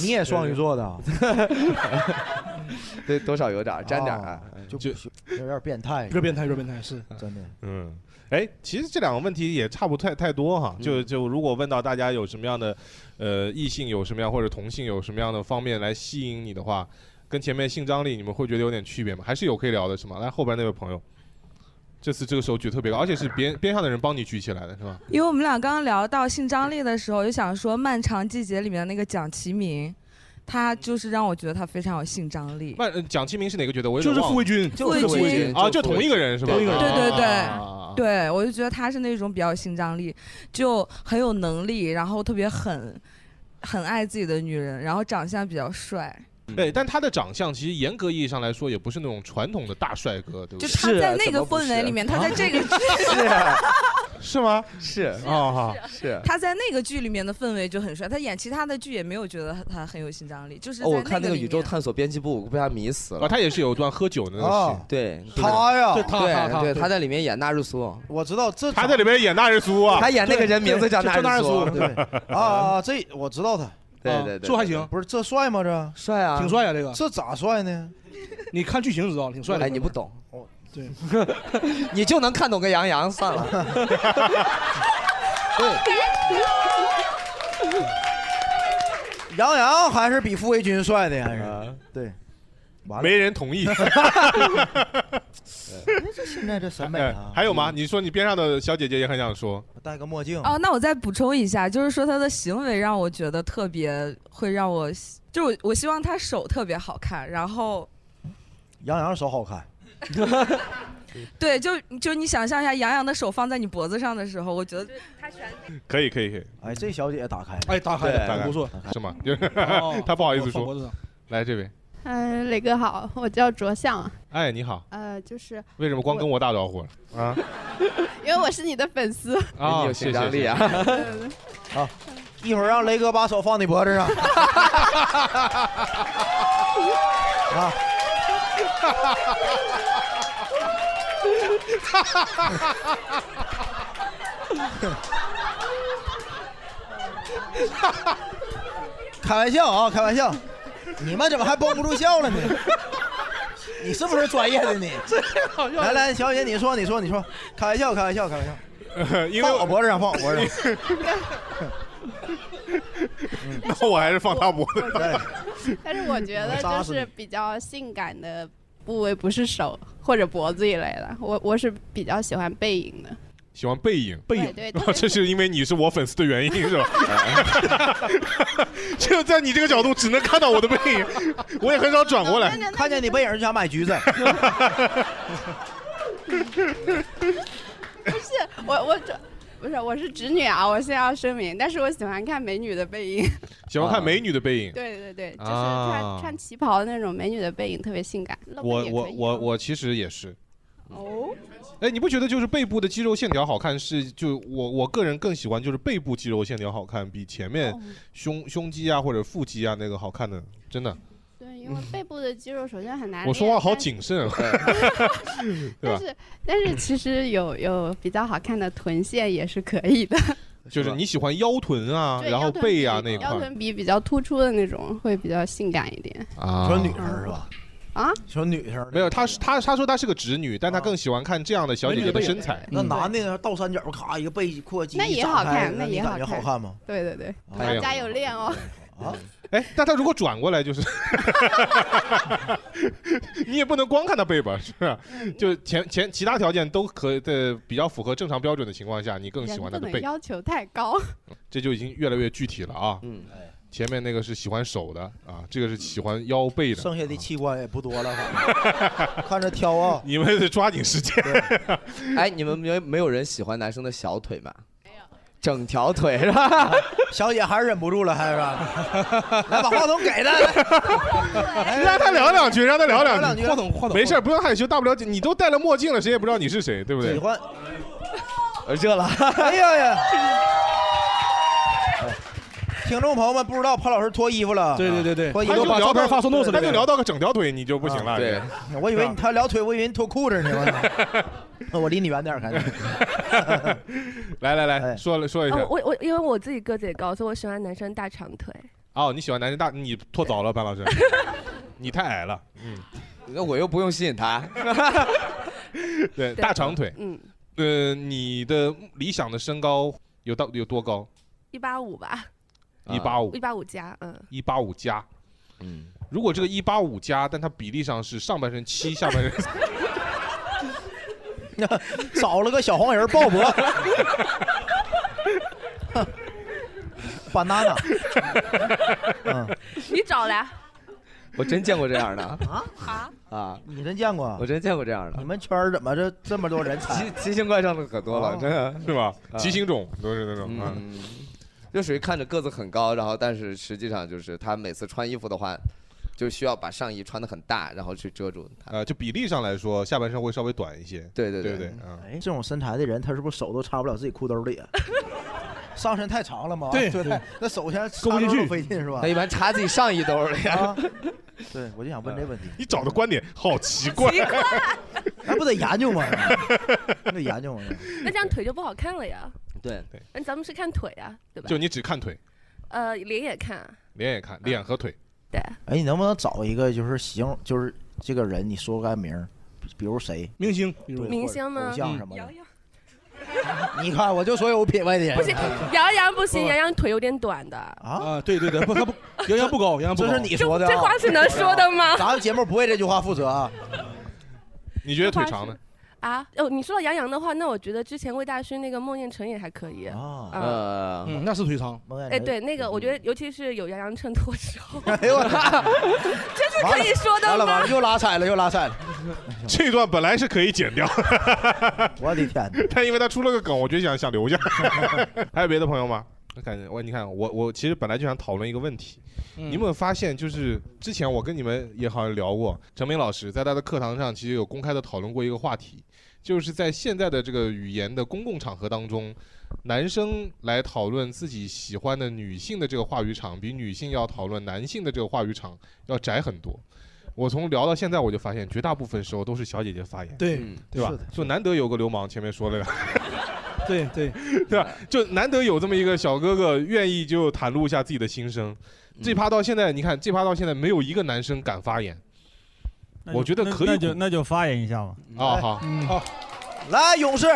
你也双鱼座的啊， 对，多少有点儿沾点儿啊。就有点变态，有点变态，有点变态是 真的。嗯，哎，其实这两个问题也差不太太多哈。嗯就就如果问到大家有什么样的，呃，异性有什么样或者同性有什么样的方面来吸引你的话，跟前面性张力你们会觉得有点区别吗？还是有可以聊的是吗？来后边那位朋友，这次这个手举特别高，而且是边边上的人帮你举起来的是吧？因为我们俩刚刚聊到性张力的时候，就想说《漫长季节》里面那个蒋奇明，他就是让我觉得他非常有性张力。万呃蒋清明是哪个觉得？我有就是点忘了傅卫军就是傅卫军军啊，就同一个人是吧？对对对啊对，我就觉得他是那种比较有性张力，就很有能力，然后特别狠，很爱自己的女人，然后长相比较帅。对，哎但他的长相其实严格意义上来说也不是那种传统的大帅哥，对不对？就他在那个氛围里面，他在这个啊 剧，是吗？是啊，是他在那个剧里面的氛围就很帅。他演其他的剧也没有觉得他很有性张力，就是哦，我在看那个个里宇面宙探索编辑部，我被他迷死了。啊，他也是有一段喝酒的那个戏，对，他呀对他他他对，对他在里面演纳日苏，我知道这他在里面演纳日苏啊，他演那个人名字叫对就纳纳日日苏苏， 对啊啊，这我知道他。对对对对这还行不是这帅吗？这帅啊挺帅啊这个这咋帅呢？ 你看剧情知道，挺帅的。哎，你不懂， 对，你就能看懂个杨洋算了。杨洋还是比傅卫军帅的，还是对。没人同 意。现在这审美哎啊，，还有吗？你说你边上的小姐姐也很想说，戴个墨镜哦，那我再补充一下，就是说他的行为让我觉得特别会让我，就是我我希望他手特别好看，然后杨洋手好看。对，就就你想象一下杨洋的手放在你脖子上的时候，我觉得他选可以可以可以，哎，这小姐打开了，哎，打开对了，打开不错，是吗？ 就是哦他不好意思放脖子说上。来这位，嗯，磊哥好，我叫卓向，哎，你好，呃，就是为什么光跟我打招呼了啊？因为我是你的粉丝， 啊，有谢性谢张力啊谢谢啊，一会儿让雷哥把手放你脖子上。啊，开玩笑啊，开玩笑，你们怎么还绷不住笑了呢？ 你是不是专业的你？来来，小姐，你说，你说，你说，开玩笑，开玩笑，开 玩笑。因放我脖子上，放我脖子上。 那我还是放他脖子上。但是我觉得扎就死是比较性感的部位不是手或者脖子一类的，我我是比较喜欢背影的。 喜欢背影，背影对对对 这是因为你是我粉丝的原因是吧？ 就在你这个角度只能看到我的背影，我也很少转过来。看见你背影就想买橘子。不是我我主不是，我是直女啊，我先要声明，但是我喜欢看美女的背影。 喜啊欢看美女的背影。对对对，就是啊穿穿旗袍的那种美女的背影特别性感。露背我也我可以啊我我其实也是。哦，哎，你不觉得就是背部的肌肉线条好看是就我我个人更喜欢就是背部肌肉线条好看，比前面哦胸胸肌啊或者腹肌啊那个好看的，真的。对，嗯因为背部的肌肉首先很难练。我说话好但谨慎，啊 对但吧？是但是其实有有比较好看的臀线也是可以的，就是你喜欢腰臀啊，对然后腰臀背啊那一块腰儿臀比比较突出的那种会比较性感一点哦啊。说女生是吧？啊。说女生没有，她是她她说她是个直女，但她更喜欢看这样的小姐姐的身材。那男的倒三角，咔一个背阔肌，那也好看，那也你感觉看，好看吗？？对对对，哎呦大家有练哦。哎，但她如果转过来就是， 你也不能光看她背吧，是吧？嗯就前前其他条件都可的比较符合正常标准的情况下，你更喜人欢不她的能背，哦 要求太高。这就已经越来越具体了啊。嗯，前面那个是喜欢手的啊，这个是喜欢腰背的，啊剩下的器官也不 多了，反正看着挑啊。你们得抓紧时间。 哎，你们没没有人喜欢男生的小腿吗？整条腿是吧？ 小姐还是忍不住了，还是吧来把话筒给 他，来让他聊 两句，让他聊两两句。话筒话筒没事儿，不用害羞，大不了你都戴了墨镜了，谁也不知道你是谁，对不对？喜欢，热了。哎呀呀！听众朋友们，不知道潘老师脱衣服了。对对对对脱衣他服就把聊照到片发送 notes 他就里聊到个整条腿，你就不行了。啊对我以为你他聊腿，我以为你脱裤子呢。 我操我离你远点儿，赶紧。来来来，说了说一下哦，。我我因为我自己个子也高，所以我喜欢男生大长腿。哦，你喜欢男生大，你脱早了，潘老师，你太矮了。嗯，那我又不用吸引他。对，大长腿。嗯，呃，你的理想的身高有到底有多高？一八五吧，一八五一，八五加，嗯，一八五加。嗯，如果这个一八五加，但它比例上是上半 身七，下半身少了个小黄人儿鲍勃。banana， 嗯你找来，我真见过这样的啊 啊！啊！你真见过？我真见过这样的。你们圈儿怎么这这么多人才？ 奇奇形怪状的可多了，哦真的 是吧啊畸形种都是那种嗯，就属于看着个子很高，然后但是实际上就是他每次穿衣服的话，就需要把上衣穿的很大，然后去遮住他。呃，就比例上来 说，下半身会稍微短一些。对对对对嗯。哎，这种身材的人，他是不是手都插不了自己裤兜里啊？上身太长了嘛，对对对，那手先勾不进去费劲是吧？他一般插自己上衣兜里。啊对，我就想问这问题。你找的观点好嗯 奇 怪，那不得研究吗？那得研究吗？ 那这样腿就不好看了呀。对 对，那咱们是看腿啊，对吧？就你只看腿，呃，脸也看，脸也啊看，脸和腿。对，哎，你能不能找一个就是形容，就是这个人，你说个名儿，比如谁？明星，比如明星偶吗？嗯像什么杨的。洋嗯你看，我就说有品位的人。啊不行，杨洋不行，杨洋腿有点短的。啊，对对对，不，他不，杨洋不高，杨洋不高。这是你说的啊这话是能说的 吗咱们节目不为这句话负责啊。你觉得腿长呢？啊，哦，你说到杨洋的话，那我觉得之前魏大勋那个孟宴臣也还可以啊嗯呃，嗯，那是腿长。哎，对，那个我觉得，尤其是有杨洋衬托 之后，哎呦我操！这是可以说完的了完吗了，？又拉踩了，又拉踩了。这段本来是可以剪掉， 我的天！ 但因为他出了个梗，我就想想留下。 还有别的朋友吗？我感觉我你看我我其实本来就想讨论一个问题，嗯你有没有发现就是之前我跟你们也好像聊过，陈明老师在他的课堂上其实有公开的讨论过一个话题，就是在现在的这个语言的公共场合当中，男生来讨论自己喜欢的女性的这个话语场，比女性要讨论男性的这个话语场要窄很多。我从聊到现在，我就发现绝大部分时候都是小姐姐发言，对对吧是的？就难得有个流氓前面说了两 对对， 对吧？就难得有这么一个小哥哥愿意就袒露一下自己的心声。嗯这趴到现在，你看这趴到现在没有一个男生敢发言，那就我觉得那可以那就那就发言一下吧。啊好，好，哎嗯来勇士，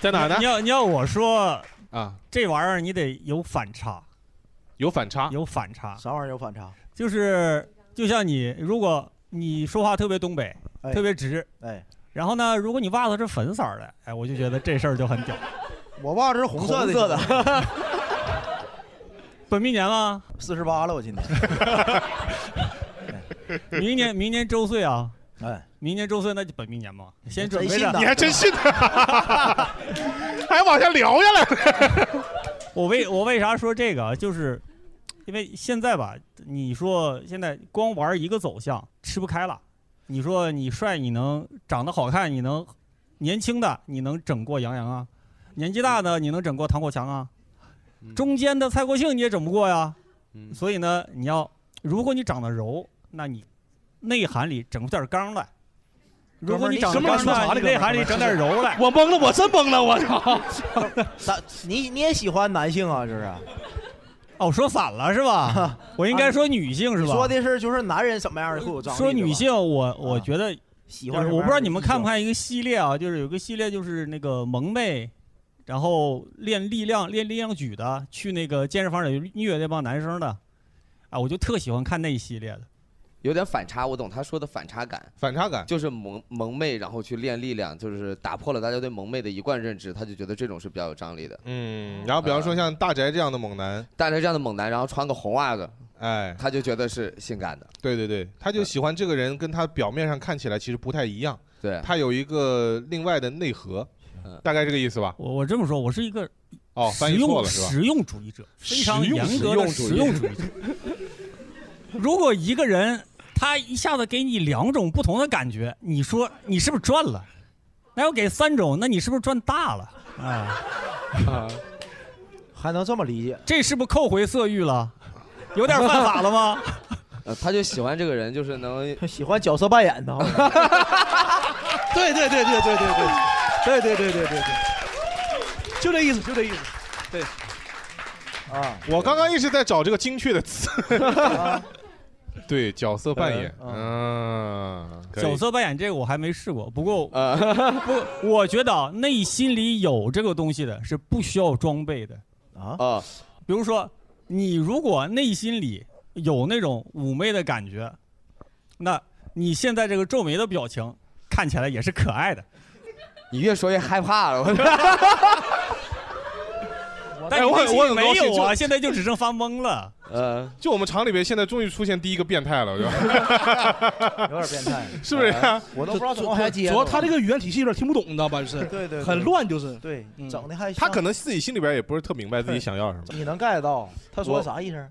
在哪呢你要你要我说啊，这玩意儿你得有反差，有反差，有反差，啥玩意儿有反差？就是就像你，如果你说话特别东北，哎特别直，哎，然后呢，如果你袜子是粉色儿的，哎，我就觉得这事儿就很屌。我袜子是红色的。红色的。 本命年吗？四十八了，我今年。明年明年周岁啊，哎，明年周岁那就本命年嘛，先真准备信着。呐你还真信呐 还往下聊下来了。 我为我为啥说这个啊？就是因为现在吧，你说现在光玩一个走向吃不开了。你说你帅，你能长得好看，你能年轻的你能整过杨洋啊？年纪大的你能整过唐国强啊？嗯中间的蔡国庆你也整不过呀。所以呢，你要如果你长得柔，那你内涵里整出点刚来。如果你长得哥们儿刚你什么来，玩你意儿内涵里整点柔来。我懵了，我真懵了，我操！ 咱你你也喜欢男性啊？这是？哦， 说反了 是吧？我应该说女性是吧？啊你说的是就是男人什么样的会有张力？说女性，我我觉得喜啊欢什么我不知道你们样的看不看一个系列啊，就是有个系列就是那个萌妹，然后练力量练力量举的，去那个健身房里虐那帮男生的，啊，我就特喜欢看那一系列的。 有点反差，我懂他说的反差感。反差感就是萌萌妹，然后去练力量，就是打破了大家对萌妹的一贯认知，他就觉得这种是比较有张力的。嗯，然后比方说像大宅这样的猛男，大宅这样的猛男，然后穿个红袜子，哎，他就觉得是性感的。对对对，他就喜欢这个人，跟他表面上看起来其实不太一样，对嗯他有一个另外的内核，大概这个意思吧。我我这么说，我是一个哦，翻实译错用了是吧？实用主义者，非常实用严格的实用主义者。如果一个人他一下子给你两种不同的感觉，你说你是不是赚了？那要给三种，那你是不是赚大了？啊， 还能这么理解？这是不是扣回色欲了？有点犯法了吗？呃，他就喜欢这个人，就是能喜欢角色扮演的。对对对对对对对 对对对对对对，就这意思，就这意思。对，啊，我刚刚一直在找这个 精确的 词。对，角色扮演，嗯，可以角色扮演这个我还没试过，不过啊 不，我觉得啊，内心里有这个东西的是不需要装备的啊啊，比如说你如果内心里有那种妩媚的感觉，那你现在这个皱眉的表情看起来也是可爱的。你越说越害怕了， 哎但你我内很我心很没高兴有啊，就现在就只剩发懵了。呃，就我们厂里边现在终于出现第一个变态了，对 吧？有点变态，是不是啊我都不知道怎么往下接。主要他这个语言体系有点听不懂，你知道吧？就是，对对对很乱，就是。对，整的还他可能自己心里边也不是特明白自己想要什么。你能 get 到他说我的啥意思？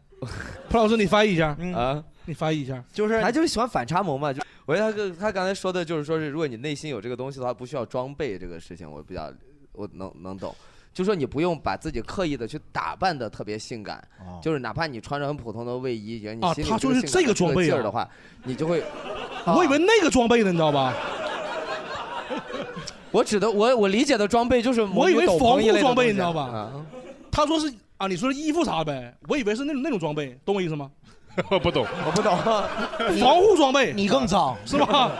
蒲老师，你翻译一下嗯啊，你翻译一下，就是他就是喜欢反差萌嘛。就我觉得他跟他刚才说的就是说是，如果你内心有这个东西的话，不需要装备这个事情，我比较我能能懂。就说你不用把自己刻意的去打扮的特别性感，就是哪怕你穿着很普通的卫衣，也你啊心里他有说是性感这个装备啊劲儿的话，你就会。啊我以为那个装备呢，你知道吧？我指的我我理解的装备就是我以为蒙防牛斗篷一类护装备，的东西你知道啊吧？他说是啊，你说是衣服啥呗？我以为是那种那种装备，懂我意思吗？我 不懂，我不懂。 防护装备，你更脏是吧？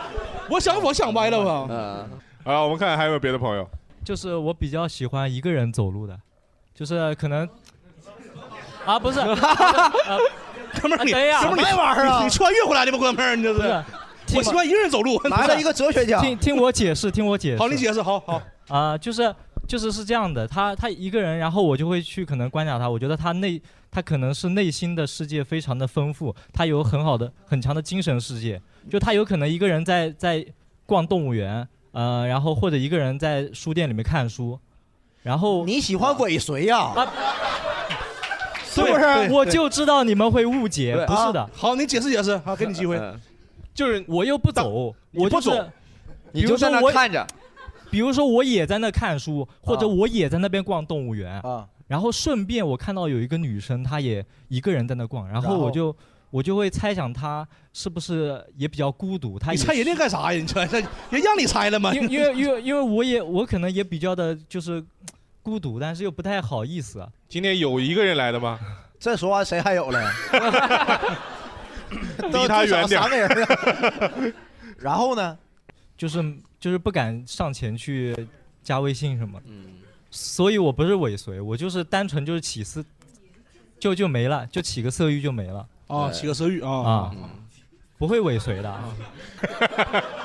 我想我想歪了吧？啊，我们看还有没有别的朋友？就是我比较喜欢一个人走路的，就是可能啊不是， 呃哥们 儿你等一下哥们儿你什么玩意儿啊你穿越回来的吧，哥们儿，你这不是是？我喜欢一个人走路，听听我解释，听我解释。好，你解释，好好。啊、就是就是是这样的，他他一个人，然后我就会去可能观察他，我觉得他内他可能是内心的世界非常的丰富，他有很好的很强的精神世界，就他有可能一个人在在逛动物园，呃，然后或者一个人在书店里面看书，然后啊你喜欢尾随啊呀、对是不是我就知道你们会误解，对不是的啊。好，你解释解释，好，给你机会。就是我又不走，我不就走是，你就在那看着。比如说我也在那看书，或者我也在那边逛动物园啊，然后顺便我看到有一个女生，她也一个人在那逛，然然后后我就我就会猜想她是不是也比较孤独，她你也猜人家干啥呀？你猜，人让你猜了吗？因因为因为因为我也我可能也比较的就是孤独，但是又不太好意思。啊今天有一个人来的 吗？这说完谁还 有嘞？离他远点都至少三个人然后呢？就是就是不敢上前去加微信什么。所以我不是尾随，我就是单纯就是起色，就就没了，就起个色欲就没了。啊起个色欲啊啊，哦不会尾随的。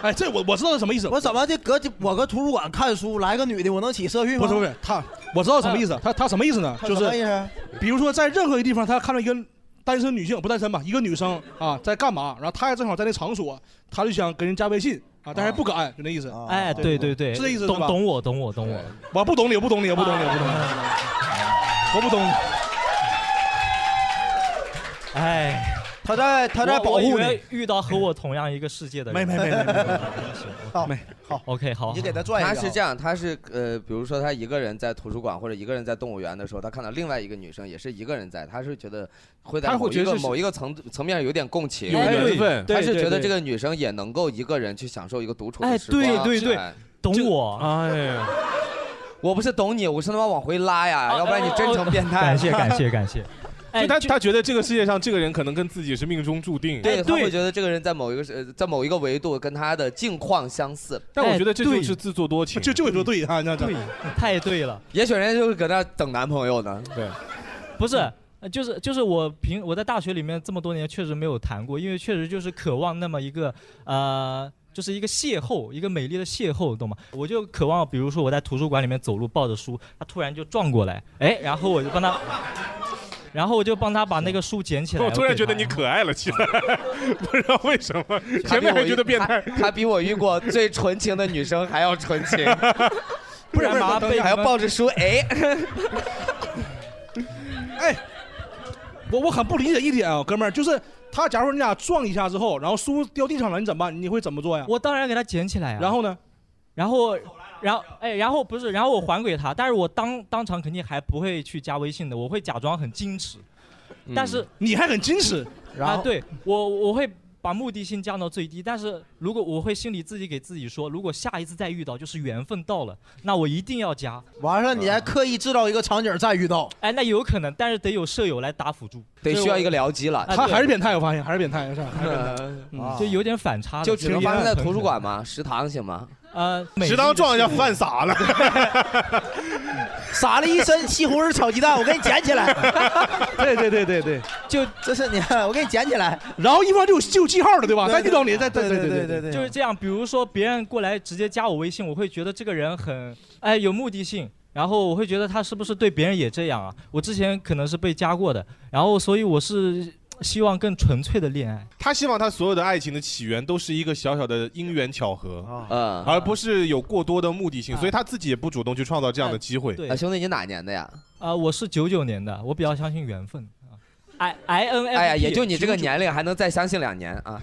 哎，这我我知道是什么意思。我怎么的？搁我搁图书馆看书，来个女的，我能起色欲吗？不是不是，他我知道什么意思啊。他他什么意思呢？他就什么意是思，比如说在任何一个地方，他看到一个单身女性，不单身吧，一个女生啊在干嘛，然后他也正好在那场所，他就想跟人加微信，啊，但是不敢，就那意思。啊哎，对对对，是这意思，懂哦对吧懂我，懂我，懂我。我不懂你，我不懂你，我不懂你，我 不懂你，我不懂你。哎，他在他在我保护我以你为遇到和我同样一个世界的人。没没没没没没没好，OK，好，他是这样，他是呃，比如说他一个人在图书馆或者一个人在动物园的时候，他看到另外一个女生也是一个人在，他是觉得会在他会某觉一得个是某一个层层面有点共情，有哎缘对分他对是对觉得对这个女生也能够一个人去享受一个独处哎的时光。对对对哎懂我。哎呀，我不是懂你，我是他妈往回拉呀，啊要不然你真成变态。感谢感谢 感谢。哎就他他觉得这个世界上这个人可能跟自己是命中注定。哎对，他会觉得这个人在某一个是呃在某一个维度跟他的境况相似。但我觉得这就是自作多情。就就说对啊，那对，太对了。也许人家就是搁那等男朋友呢。对，不是，呃就是就是我平我在大学里面这么多年确实没有谈过，因为确实就是渴望那么一个呃。就是一个邂逅，一个美丽的邂逅，懂吗？我就渴望，比如说我在图书馆里面走路，抱着书，他突然就撞过来，哎，然后我就帮他，然后我就帮他把那个书捡起来。我突然给觉他得你可爱了 起来，不知道为什么， 前面还觉得变态。他他比我遇过最纯情的女生还要纯情， 不然麻麻被被还要抱 着书，哎，哎我我很不理解一点啊，哥们儿，就是他，假如你俩撞一下之后，然后书掉地上了，你怎么办？你会怎么做呀？我当然给他捡起来啊呀。然后呢？然后，然后，哎，然后不是，然后我还给他，但是我当当场肯定还不会去加微信的，我会假装很矜持，嗯但是、你还很矜持，然啊，后对我我会把目的性降到最低，但是如果我会心里自己给自己说，如果下一次再遇到，就是缘分到了，那我一定要加。完了，你还刻意制造一个场景再遇到，哎，那有可能，但是得有舍友来打辅助，得需要一个僚机啊了。啊他还是变态，我发现还是变态，是吧？还是 变态嗯嗯就有点反差的，就只能发生在图书馆吗？食堂行吗？呃，食堂撞一下饭撒。洒了， 撒了一身西红柿炒鸡蛋，我给你捡起来。 对对对对对，就这是你， 我给你捡起来。然后一般就有就有记号了，对吧？对再对遇到你，再对对对对对就是这样。比如说别人过来直接加我微信，我会觉得这个人很哎有目的性，然后我会觉得他是不是对别人也这样啊？我之前可能是被加过的，然后所以我是希望更纯粹的恋爱。他希望他所有的爱情的起源都是一个小小的因缘巧合，嗯，而不是有过多的目的性，所以他自己也不主动去创造这样的机会。对啊啊兄弟，你哪年的呀？啊、我是九九年的，我比较相信缘分啊。I I N F，哎呀，也就你这个年龄还能再相信两年啊。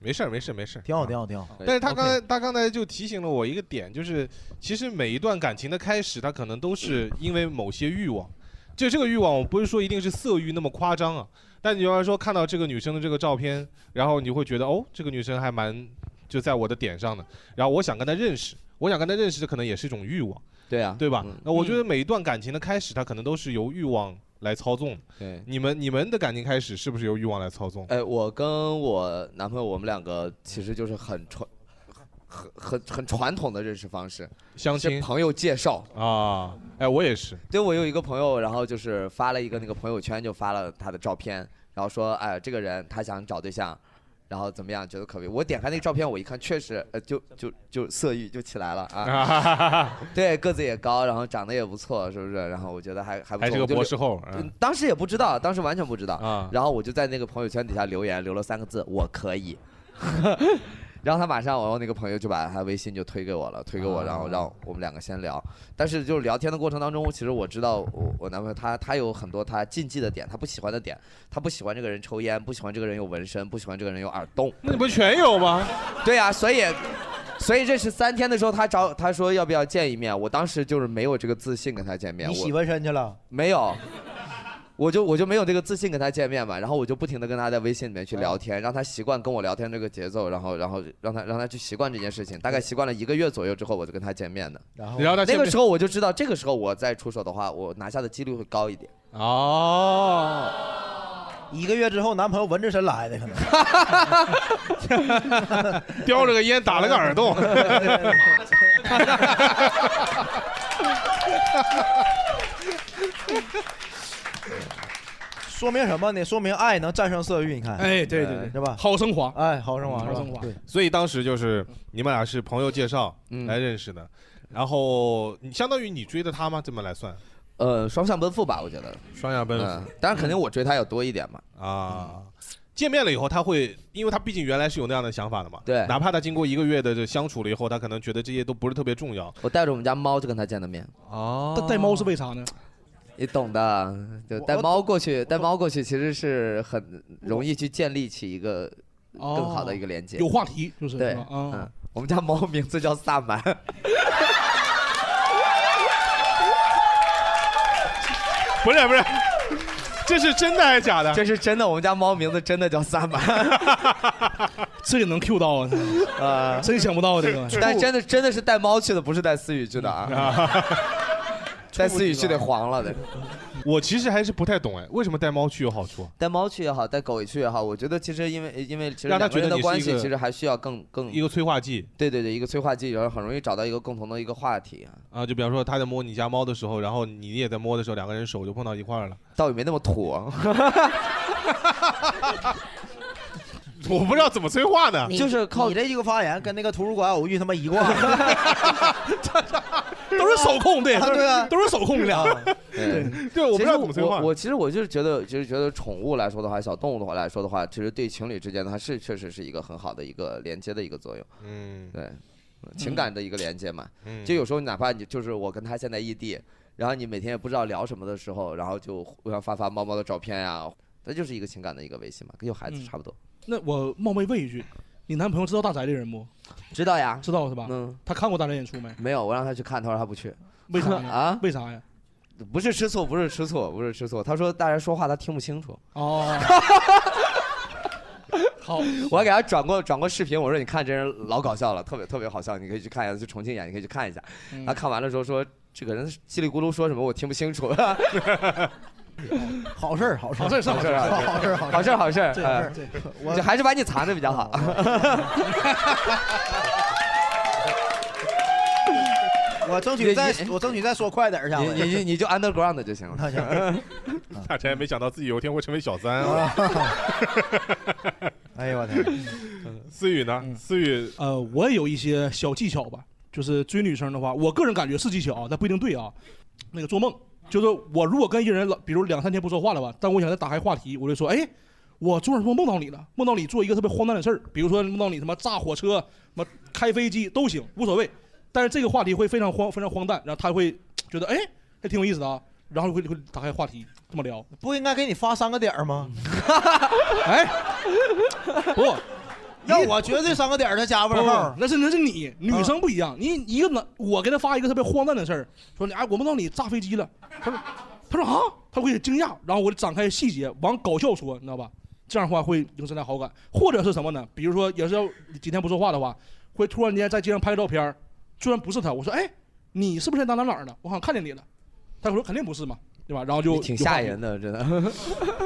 没事儿，没事儿，没事儿，啊挺好，挺好，挺好。哎但是他刚才他刚才就提醒了我一个点，就是其实每一段感情的开始，它可能都是因为某些欲望。就这个欲望，我不是说一定是色欲那么夸张啊，但你要是说看到这个女生的这个照片，然后你会觉得哦，这个女生还蛮就在我的点上的，然后我想跟她认识，我想跟她认识，这可能也是一种欲望，对啊，对吧？那我觉嗯得每一段感情的开始，它可能都是由欲望来操纵的。对，你们你们的感情开始是不是由欲望来操纵？哎，我跟我男朋友，我们两个其实就是很传、很很很传统的认识方式，相亲是朋友介绍啊。哎，我也是。对，我有一个朋友，然后就是发了一个那个朋友圈，就发了他的照片，然后说，哎，这个人他想找对象，然后怎么样，觉得可以。我点开那个照片，我一看，确实，呃，就就就色欲就起来了 啊。 对，个子也高，然后长得也不错，是不是？然后我觉得还还不还错。是个我就博留士后啊嗯当时也不知道，当时完全不知道。然后我就在那个朋友圈底下留言，留了三个字：我可以。然后他马上，我那个朋友就把他微信就推给我了，推给我，啊然后让我们两个先聊。但是就是聊天的过程当中，其实我知道我我男朋友他他有很多他禁忌的点，他不喜欢的点，他不喜欢这个人抽烟，不喜欢这个人有纹身，不喜欢这个人有耳洞。那你不全有吗？ 对呀、所以。所以认识三天的时候，他找他说要不要见一面，我当时就是没有这个自信跟他见面。你我洗纹身去了？没有，我就我就没有这个自信跟他见面嘛，然后我就不停的跟他在微信里面去聊嗯天，让他习惯跟我聊天这个节奏，然后然后让他让他去习惯这件事情，大概习惯了一个月左右之后，我就跟他见面的。然然后他见那面个时候我就知道，这个时候我再出手的话，我拿下的几率会高一点。哎哦，一个月之后，男朋友纹着身来的，可能。 叼着个烟，打了个耳洞。 说明什么呢？说明爱能战胜色欲。你看，哎对对对是吧？好升华，哎，好升华，好是吧升华对，所以当时就是你们俩是朋友介绍来认识的，然后你相当于你追的他吗？这么来算？呃，双向奔赴吧，我觉得。双向奔赴嗯，当然肯定我追他要多一点嘛。啊，见面了以后，他会，因为他毕竟原来是有那样的想法的嘛。对哪怕他经过一个月的这相处了以后，他可能觉得这些都不是特别重要。我带着我们家猫就跟他见的面。哦带猫是为啥呢？你懂的，啊就带猫过去，带猫过去其实是很容易去建立起一个哦更好的一个连接，有话题就是对是吧，啊嗯，我们家猫名字叫萨满， 不是不是，这是真的还是假的？这是真的，我们家猫名字真的叫萨满， 这个能 Q 到 啊！啊，真想不到这个但真的真的是带猫去的，不是带思雨去的啊， 带思雨去得黄了的。我其实还是不太懂哎，为什么带猫去有好处啊？带猫去也好，带狗去也好，我觉得其实因为因为其实让他两个人觉得的你是关一系个其实还需要更更一个催化剂。对对对，一个催化剂，然后很容易找到一个共同的一个话题啊。啊，就比方说他在摸你家猫的时候，然后你也在摸的时候，两个人手就碰到一块儿了，倒也没那么土、啊。 我不知道怎么催化的，就是靠你这一个发言跟那个图书馆偶遇他妈一 挂，都是手控，对啊 对啊，都是手控的。 对对，我不知道怎么催化我其实我就是觉得，就是觉得宠物来说的话，小动物的话来说的话，其实对情侣之间它是确实是一个很好的一个连接的一个作用。嗯，对，情感的一个连接嘛。嗯就有时候哪怕你就是我跟他现在异地，然后你每天也不知道聊什么的时候，然后就互相发发猫猫的照片呀、那就是一个情感的一个维系嘛，跟有孩子嗯差不多。那我冒昧问一句，你男朋友知道大宅这人不？知道呀，知道是吧？嗯，他看过大宅演出没？没有，我让他去看，他说他不去。为啥呀啊？为啥呀？不是吃醋，不是吃醋，不是吃醋。他说大家说话他听不清楚。哦，好， 我还给他转过转过视频，我说你看这人老搞笑了，特别特别好笑，你可以去看一下，去重庆演，你可以去看一下。嗯他看完了之后说，这个人叽里咕噜说什么我听不清楚。好事儿，好事儿，好事儿是好事儿好事儿，好事儿好事儿这个哎事儿，你就还是把你藏着比较好。我争取再我争取再说快点儿下你回。你你就 underground 就行了。大宅没想到自己有一天会成为小三啊！ 哎呦我 天！嗯思雨呢？思雨，呃，我也有一些小技巧吧，就是追女生的话，我个人感觉是技巧啊，但不一定对啊。那个做梦，就是我如果跟一个人老，比如两三天不说话了吧，但我想再打开话题，我就说，哎，我昨晚做梦梦到你了，梦到你做一个特别荒诞的事儿，比如说梦到你他妈炸火车、什么开飞机都行，无所谓。但是这个话题会非常荒，非常荒诞，然后他会觉得，哎，还挺有意思的啊，然后会会打开话题这么聊。不应该给你发三个点儿吗？ 哎，不， 要我觉得这三个点儿他啊加不问号不。那是那是你，女生不一样。你一个男，我给他发一个特别荒诞的事儿，说你哎，我梦到你炸飞机了。他说， 他说啊，他会惊讶，然后我就展开细节，往搞笑说，你知道吧？这样的话会引起他好感，或者是什么呢？比如说，也是要几天不说话的话，会突然间在街上拍个照片儿，虽然不是他，我说哎，你是不是在哪哪哪儿呢？我好像看见你了。他说肯定不是嘛，对吧？然 后就挺有话吓题人的，真的。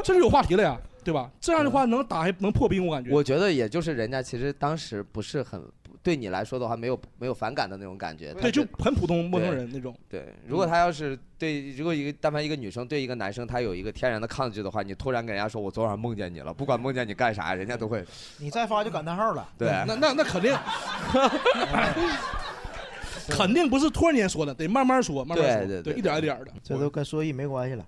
这就有话题了呀，对吧？这样的话能打开能破冰，我感觉。我觉得也就是人家其实当时不是很对你来说的话没有没有反感的那种感觉。他对，就很普通陌生人那种。对，嗯如果他要是对，如果一个但凡一个女生对一个男生，她有一个天然的抗拒的话，你突然给人家说我昨晚梦见你了，不管梦见你干啥，人家都会 你再发就感叹号了。嗯对那那那肯定，肯定不是突然间说的，得慢慢说，慢慢说，对对对一点儿一点儿的。 这都跟说艺没关系了，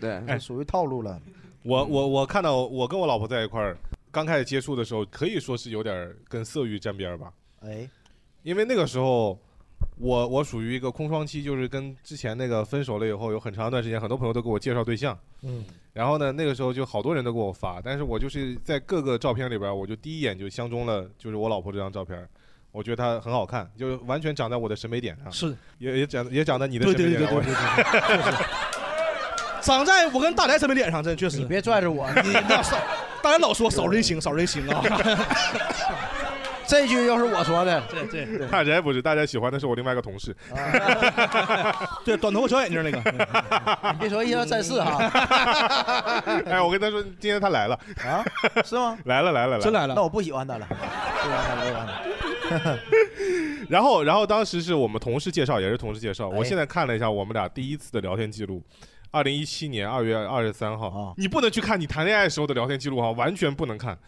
对这属于套路了。我我我看到我跟我老婆在一块儿，刚开始接触的时候，可以说是有点儿跟色欲沾边儿吧。哎，因为那个时候，我我属于一个空窗期，就是跟之前那个分手了以后，有很长一段时间，很多朋友都给我介绍对象。嗯，然后呢，那个时候就好多人都给我发，但是我就是在各个照片里边儿，我就第一眼就相中了，就是我老婆这张照片儿，我觉得她很好看，就是完全长在我的审美点上，是，也也长也长在你的对审对美对点对上，我对对对，长在我跟大宅审美脸上，真确实。你别拽着我， 你那少，大宅老说少人行，少人行啊。这句又是我说的，对对大宅不是，大宅喜欢的是我另外一个同 事，啊 对，短头发小眼睛那个，你别说一而再四哈。哎，我跟他说，今天他来了啊，是吗？ 来了来了来了，那我不喜欢他了，不喜欢他了，不喜欢他了。然后，然后当时是我们同事介绍，也是同事介绍。我哎现在看了一下我们俩第一次的聊天记录，二零一七年二月二十三号。啊你不能去看你谈恋爱时候的聊天记录哈，完全不能看。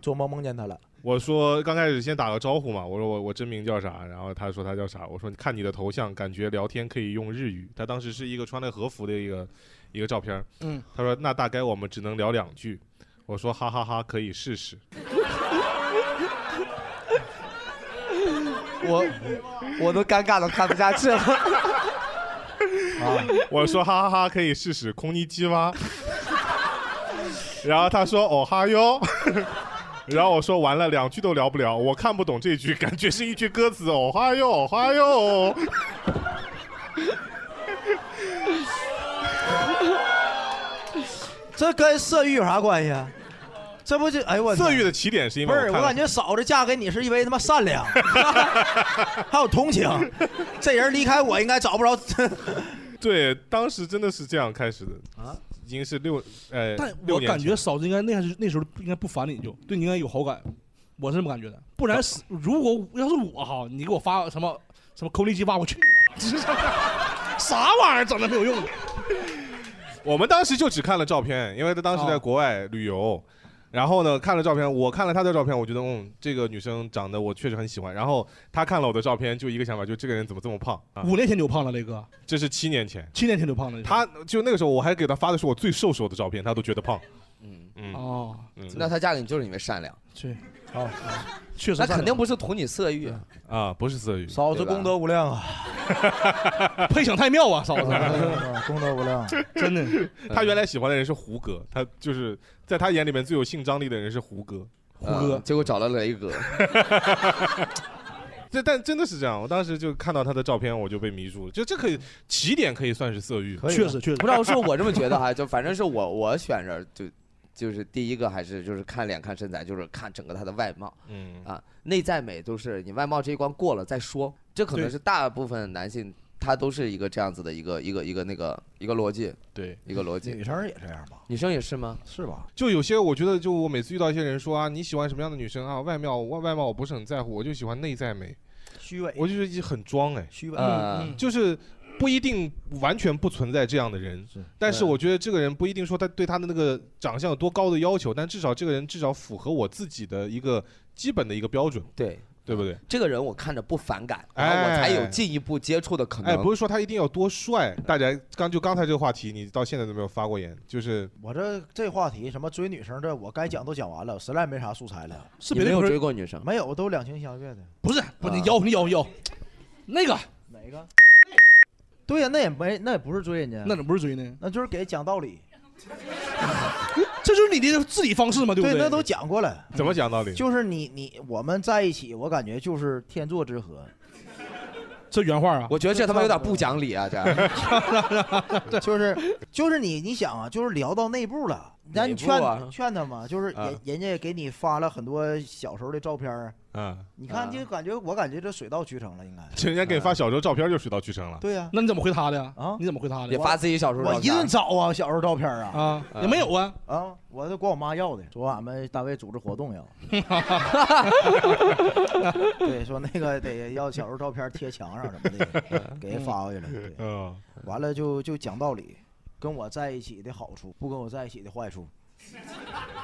做梦梦见他了，我说刚开始先打个招呼嘛，我说我我真名叫啥，然后他说他叫啥，我说你看你的头像，感觉聊天可以用日语。他当时是一个穿的和服的一个一个照片儿，嗯他说那大概我们只能聊两句。我说哈哈哈可以试试。我我都尴尬的看不下去了。啊，我说哈哈哈可以试试空尼基 吗？然后他说哦哈哟， 然后我说完了，两句都聊不了，我看不懂这句，感觉是一句歌词哦哈哟哦哈哟。 这跟色欲有啥关系啊？这不就哎呦我色欲的起点是因不为是，看我了感觉嫂子嫁给你是因为他妈善良， 还有同情。这人离开我应该找不着。 对，当时真的是这样开始的啊，已经是六呃，但六我年感前觉嫂子应该那还是那时候应该不烦你就，对你应该有好感，我是这么感觉的。不然是如果要是我哈，你给我发什么什么抠力鸡巴，我去你妈，啥玩意儿整的没 有用的。啊我们当时就只看了照片，因为他当时啊在国外旅游，然后呢看了照片，我看了她的照片，我觉得嗯，这个女生长得我确实很喜欢。然后她看了我的照片，就一个想法，就这个人怎么这么胖啊？五年前就胖了，雷哥，这是七年前，七年前就胖了。她就那个时候我还给她发的是我最瘦时候的照片，她都觉得胖。嗯嗯哦，那她嫁给你就是因为善良，对，哦，确实那善良肯定不是图你色欲，啊，不是色 欲，嫂子功德无量 啊，配享太妙啊，嫂子， 功德无量。真的， 她原来喜欢的人是胡歌，她就是在她眼里面最有性张力的人是胡歌，胡歌嗯结果找了雷 哥。这但真的是这样，我当时就看到她的照片，我就被迷住了。就这可以起点可以算是色欲，啊不知道是我这么觉得哈，就反正是我我选人就就是第一个还是就是看脸看身材，就是看整个她的外貌，嗯啊，内在美都是你外貌这一关过了再说，这可能对是大部分男性他都是一个这样子的一个一个一个那个一个逻辑，对，一个逻辑。女生也这样吧？女生也是吗？是吧？就有些我觉得，就我每次遇到一些人说啊，你喜欢什么样的女生啊？外貌外外貌我不是很在乎，我就喜欢内在美，虚伪，我就觉得一很装哎，虚伪嗯嗯就是不一定完全不存在这样的人，但是对我觉得这个人不一定说他对他的那个长相有多高的要求，但至少这个人至少符合我自己的一个基本的一个标准，对对不对？这个人我看着不反感，然后我才有进一步接触的可能。哎，不是说他一定要多帅，大家刚就刚才这个话题，你到现在都没有发过言，就是我这这话题什么追女生这，我该讲都讲完了，实在没啥素材了。是别的歌没有，都两情相悦的。不是，不，你摇你摇摇，那个哪一个？对呀、那也没，那也不是追人家，那怎么不是追呢？那就是给讲道理。 这就是你的治理方式嘛，对不对，对那都讲过了。怎么讲道理？就是你你我们在一起，我感觉就是天作之合。这原话啊，我觉得这他妈有点不讲理 啊，这就是就是你你想啊，就是聊到内部了，那你哪劝步啊劝他嘛，就是啊人人家也给你发了很多小时候的照片儿嗯，你啊看就感觉我感觉这水到渠成了，应该。人家给你发小时候照片就水到渠成了。对呀，那你怎么回他的啊？你怎么回他的？也发自己小时候我照片儿找啊，小时候照片啊啊，也没有啊。啊，我都管我妈要的，说俺们单位组织活动 要。对，说那个得要小时候照片贴墙上什么的，给人发过 去了。嗯，完了就就讲道理，跟我在一起的好处，不跟我在一起的坏处。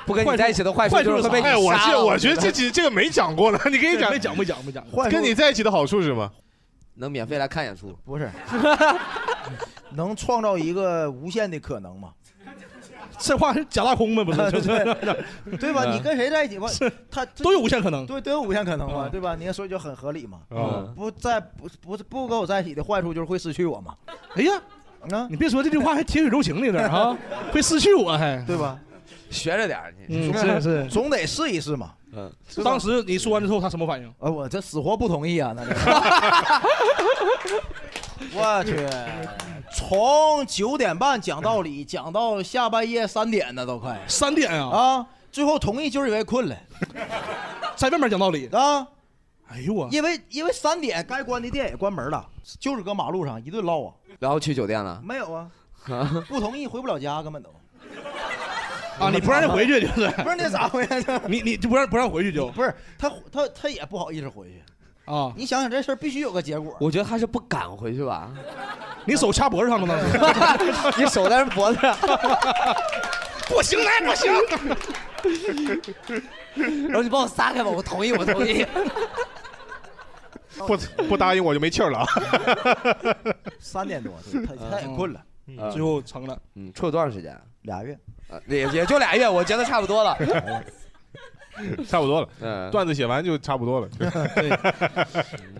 不跟你在一起的坏处就是会被你哎，我杀这了我觉得这觉得集这个没讲过了， 你可以讲。没讲没讲没讲坏处跟你在一起的好处是什么？能免费来看演出， 不是，能创造一个无限的可能吗？这话是假大空 呗，不是？嗯对对吧？你跟谁在一起吧，他都有无限可能对，都有无限可能嘛，嗯对吧？你所以就很合理嘛。嗯不在不不不跟我在一起的坏处就是会失去我嘛。哎呀，啊，你别说这句话还铁血柔情呢，有点 儿哈，会失去我还，对吧？学着点儿你。嗯，是是，总得试一试嘛。嗯，当时你说完之后，他什么反应？啊，我这死活不同意啊！那是 我去，从九点半讲道理讲到下半夜三点呢，都快三点啊！啊，最后同意就是因为困了，在外面讲道理啊。哎呦我，因为因为三点该关的店也关门了，就是搁马路上一顿唠啊，然后去酒店 了。没有啊，啊 不同意回不了家，根本都啊，你不让人回去就是？不是那咋回去？你你就不让不让回去就？不是他他他也不好意思回去啊。你想想这事儿必须有个结果，我觉得他是不敢回去吧？你手掐脖子上 了吗？ 你手在人脖子上，不行，那也不行。 然后你帮我撒开吧，我同意，我同意。 不不答应我就没气儿了啊。 三点多，对他他也困了，嗯嗯最后成了。嗯嗯，处了多长时间？俩月。呃也也就俩月，我觉得差不 多了。嗯差不多了，段子写完就差不多了。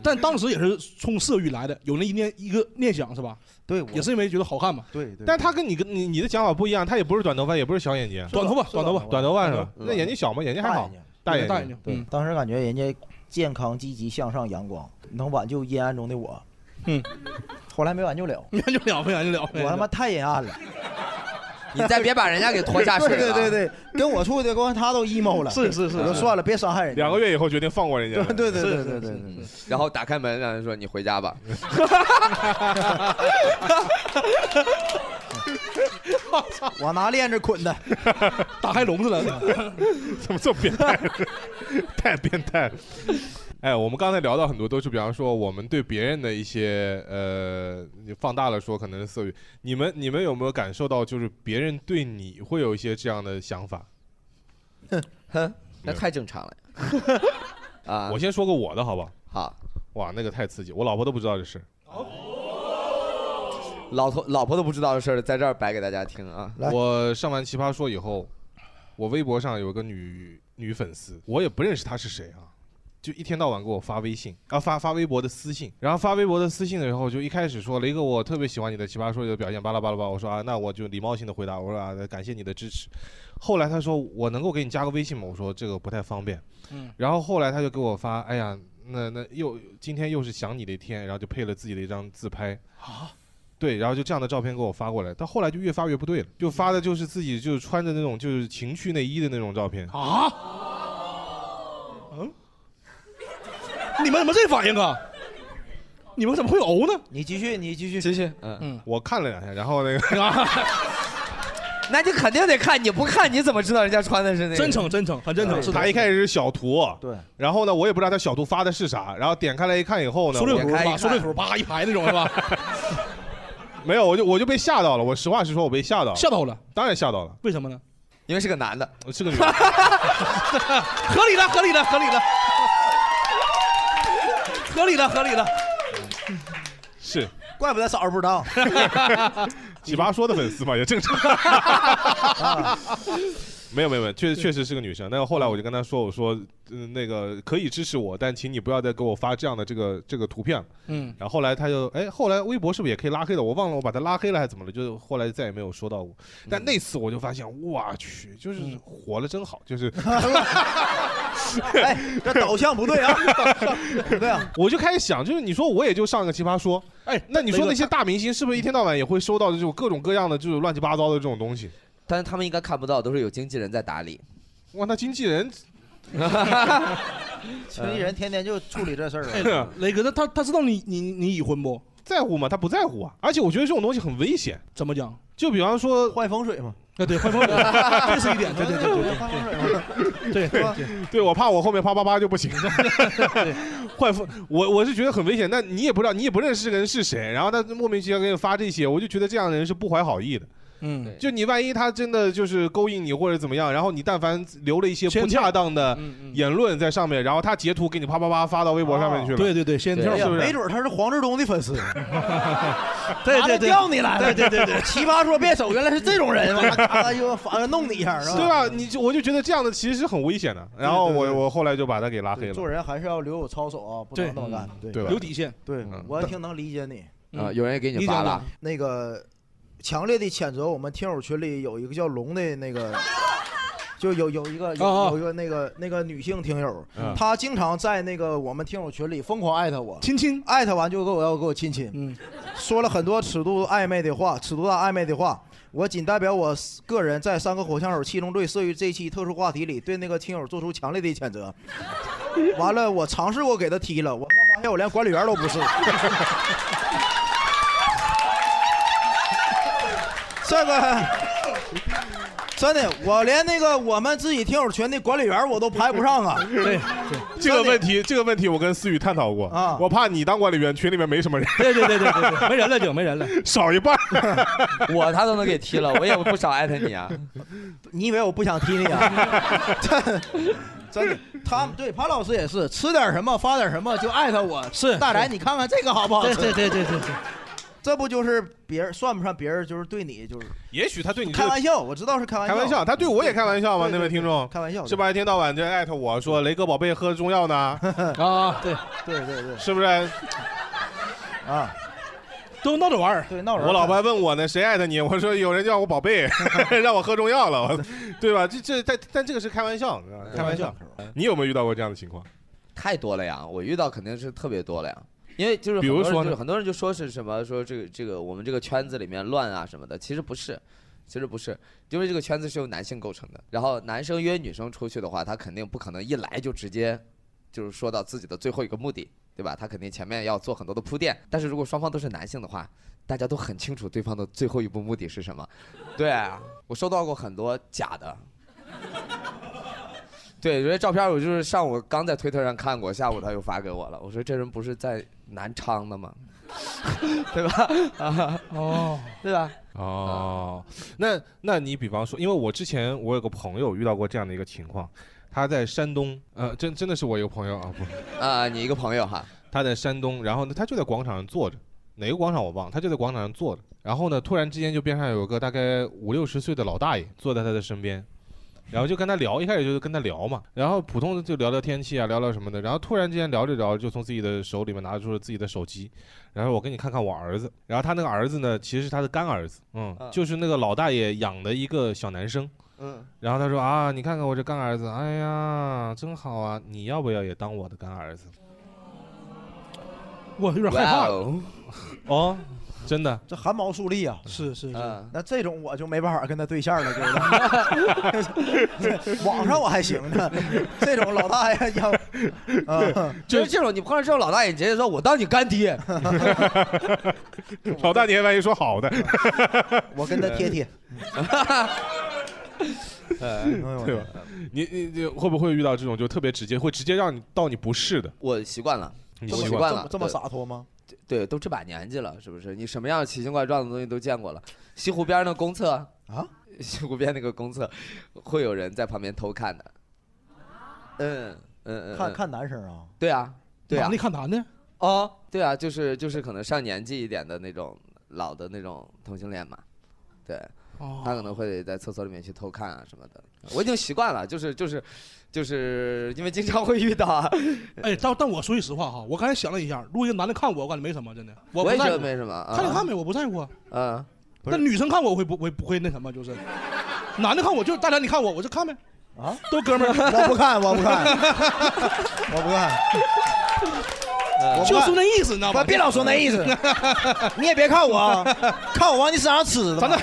但当时也是冲色欲来的，有那一念一个念想是吧？对，也是因为觉得好看嘛。对对但他跟你跟你你的想法不一样，他也不是短头发，也不是小眼睛，短头发是吧短头发短头发是吧？嗯那眼睛小吗？眼睛还好，大眼眼睛睛，对，当时感觉人家健康、积极向上、阳光，能挽救阴暗中的我。嗯，后来没挽救了，没挽救了，没挽救了。啊我他妈太阴暗了。你再别把人家给拖下水 对了对对对，跟我处的光他都 emo 了。是是是我说是算了，别伤害人家。两个月以后决定放过人家了。 对对对对对对嗯然后打开门，让人说你回 家吧。 我拿链子捆的， 打开笼子了。 怎么这么变态？太变态了！ 哎，我们刚才聊到很多都是，比方说我们对别人的一些呃，你放大了说可能是色欲。你们你们有没有感受到，就是别人对你会有一些这样的想法？哼，那太正常了。 啊，我先说个我的好不好？好，哇，那个太刺激，我老婆都不知道这事。老头老婆都不知道的事儿，在这儿摆给大家听啊。我上完《奇葩说》以后，我微博上有个女女粉丝，我也不认识她是谁啊，就一天到晚给我发微信啊，发发微博的私信，然后发微博的私信了以后，就一开始说雷哥，我特别喜欢你的《奇葩说》里的表现，巴拉巴拉巴拉。我说啊，那我就礼貌性的回答，我说啊，感谢你的支持。后来她说我能够给你加个微信吗？我说这个不太方便。嗯然后后来他就给我发，哎呀，那那又今天又是想你的一天，然后就配了自己的一张自拍啊，对，然后就这样的照片给我发过来，到后来就越发越不对了，就发的就是自己就是穿着那种就是情趣内衣的那种照片，啊？嗯？你们怎么这反应啊？你们怎么会呕呢？你继续，你继续，继续，嗯，我看了两下，然后 那个那你肯定得看，你不看你怎么知道人家穿的是那个？真诚真诚，很真诚是的他一开始是小图，对，然后呢，我也不知道他小图发的是啥，然后点开来一看以后呢，缩略我图吧，缩略图叭一排那种是吧？没有，我就我就被吓到了，我实话实说，我被吓到了，吓到了，当然吓到了，为什么呢？因为是个男的，是个女的。合理的，合理的，合理的， 合理的，合理的。是怪不得嫂子不知道。奇葩说的粉丝嘛，也正常。 啊没有没有没有，确确实是个女生。但是后来我就跟她说，我说，嗯，那个可以支持我，但请你不要再给我发这样的这个这个图片了。嗯，然后后来她就，哎，后来微博是不是也可以拉黑的？我忘了，我把她拉黑了还是怎么了？就后来再也没有说到过。嗯但那次我就发现，哇去，就是活了真好，就是。 哎，这导向不对 啊，不对啊。我就开始想，就是你说我也就上个奇葩说，哎，那你说雷哥那些大明星是不是一天到晚也会收到这种各种各样的就是乱七八糟的这种东西？但是他们应该看不到，都是有经纪人在打理。哇，那经 纪人，经纪人天天就处理这事儿哎啊。雷哥，那他他知道你你你已婚不？在乎吗？他不在乎啊。而且我觉得这种东西很危险。怎么讲？就比方说坏风水嘛。啊，对，坏 风水，这是一点，对对对对对对对对。对，我怕我后面啪啪啪就不行了。坏风，我我是觉得很危险。但你也不知道，你也不认识这个人是谁，然后他莫名其妙给你发这些，我就觉得这样的人是不怀好意的。嗯，就你万一他真的就是勾引你或者怎么样，然后你但凡留了一些不恰当的嗯言论在上面，然后他截图给你啪啪啪发到微博上面去了。哦对对对，先哎是呀不是？没准他是黄志忠的粉丝，对拿着对对钓你来了，对对对 对奇葩说变手，原来是这种 人，哎完了咔嚓又反弄你一下，是吧？对吧？你就我就觉得这样的其实是很危险的。然后啊对对我对我后来就把他给拉黑做了。人还是要留有操守啊，不对能那么干，嗯对对吧留底线。对，我挺能理解你嗯啊有人也给你发了。那个强烈的谴责，我们听友群里有一个叫龙的那个。就有有一个有哦哦有一个那个那个女性听友嗯，她经常在那个我们听友群里疯狂艾特我，亲亲，艾特完就给我要给我亲嗯亲，说了很多尺度暧昧的话，尺度大暧昧的话。我仅代表我个人在三个火枪手七中队色欲这期特殊话题里对那个听友做出强烈的谴责。完了，我尝试过给他踢了，我他妈发现我连管理员都不是。这个真的，我连那个我们自己听友群的管理员我都排不上啊。对，这个问题，这个问题我跟思雨探讨过啊我怕你当管理员，群里面没什么人。对对对对对对没人了就没人了，少一半。我他都能给踢了，我也不少艾特你啊。 你以为我不想踢你啊？真真的，他们对潘老师也是吃点什么发点什么就艾特我。是大宅，你看看这个好不好吃？对对对对对对。这不就是别人算不上别人就是对你就是也许他对你这开个玩笑，我知道是开玩笑，开玩笑，他对我也开玩笑嘛，对那位听众，开玩笑是吧？一天到晚就艾特我说雷哥宝贝喝中药呢，啊，对，对对对，是不是？啊，都闹着玩儿，对，闹着玩儿我老婆还问我呢，谁艾特你？我说有人叫我宝贝，让我喝中药了，我对吧？这这但但这个是开玩笑，开玩笑。你有没有遇到过这样的情况？太多了呀，我遇到肯定是特别多了呀。因为就是比如很多人说呢就是很多人就说是什么说这个这个我们这个圈子里面乱啊什么的，其实不是，其实不是，因为这个圈子是由男性构成的。然后男生约女生出去的话，他肯定不可能一来就直接就是说到自己的最后一个目的，对吧？他肯定前面要做很多的铺垫。但是如果双方都是男性的话，大家都很清楚对方的最后一步目的是什么。 对啊我收到过很多假的，对，有些照片我就是上午刚在推特上看过，下午他又发给我了。我说这人不是在南昌的吗？ 对吧？啊，哦， 对吧？哦，那那你比方说，因为我之前我有个朋友遇到过这样的一个情况，他在山东，呃，真真的是我一个朋友啊，不， 啊，你一个朋友哈，他在山东，然后呢，他就在广场上坐着，哪个广场我忘了，他就在广场上坐着，然后呢，突然之间就边上有个大概五六十岁的老大爷坐在他的身边。然后就跟他聊，一开始就是跟他聊嘛，然后普通的就聊聊天气啊，聊聊什么的，然后突然之间聊着聊着，就从自己的手里面拿出了自己的手机，然后我给你看看我儿子，然后他那个儿子呢，其实是他的干儿子，嗯，啊就是那个老大爷养的一个小男生，嗯，然后他说啊，你看看我这干儿子，哎呀，真好啊，你要不要也当我的干儿子？我有点害怕哇哦哦，真的，这汗毛竖立啊！是是是，那这种我就没办法跟他对象了，就是。 网上我还行呢，这种老大爷 要，啊， 就是这种，你碰上这种老大爷，你直接说我当你干爹， 老大爷万一说好 的，我跟他贴 贴，哎呃哎对吧？你你你会不会遇到这种就特别直接，会直接让你到你不适的？我习惯了，你这么习习惯惯了了，这么对洒脱吗？对，都这把年纪了，是不是？你什么样奇形怪状的东西都见过了。西湖边儿那公厕啊，西湖边那个公厕，会有人在旁边偷看的。嗯嗯嗯，看嗯看男生啊，对啊，对啊男，的看男的，哦，对啊，就是就是可能上年纪一点的那种老的那种同性恋嘛，对，哦他可能会在厕所里面去偷看啊什么的。我已经习惯了，就是就是就是因为经常会遇到啊。哎，但但我说句实话哈，我刚才想了一下，如果一个男的看我，我感觉没什么，真的，我不也在觉得乎没什么啊看就看呗，我不在乎啊。嗯，不那是女生看我，我会不会不会那什么？就是男的看我，就是大家你看我，我就看呗。啊，都哥们 儿，我不看我不看我不看。我 就说那意思，你知道吗？不别老说那意 思，你也别看我啊，看我往你身上呲的。咱能，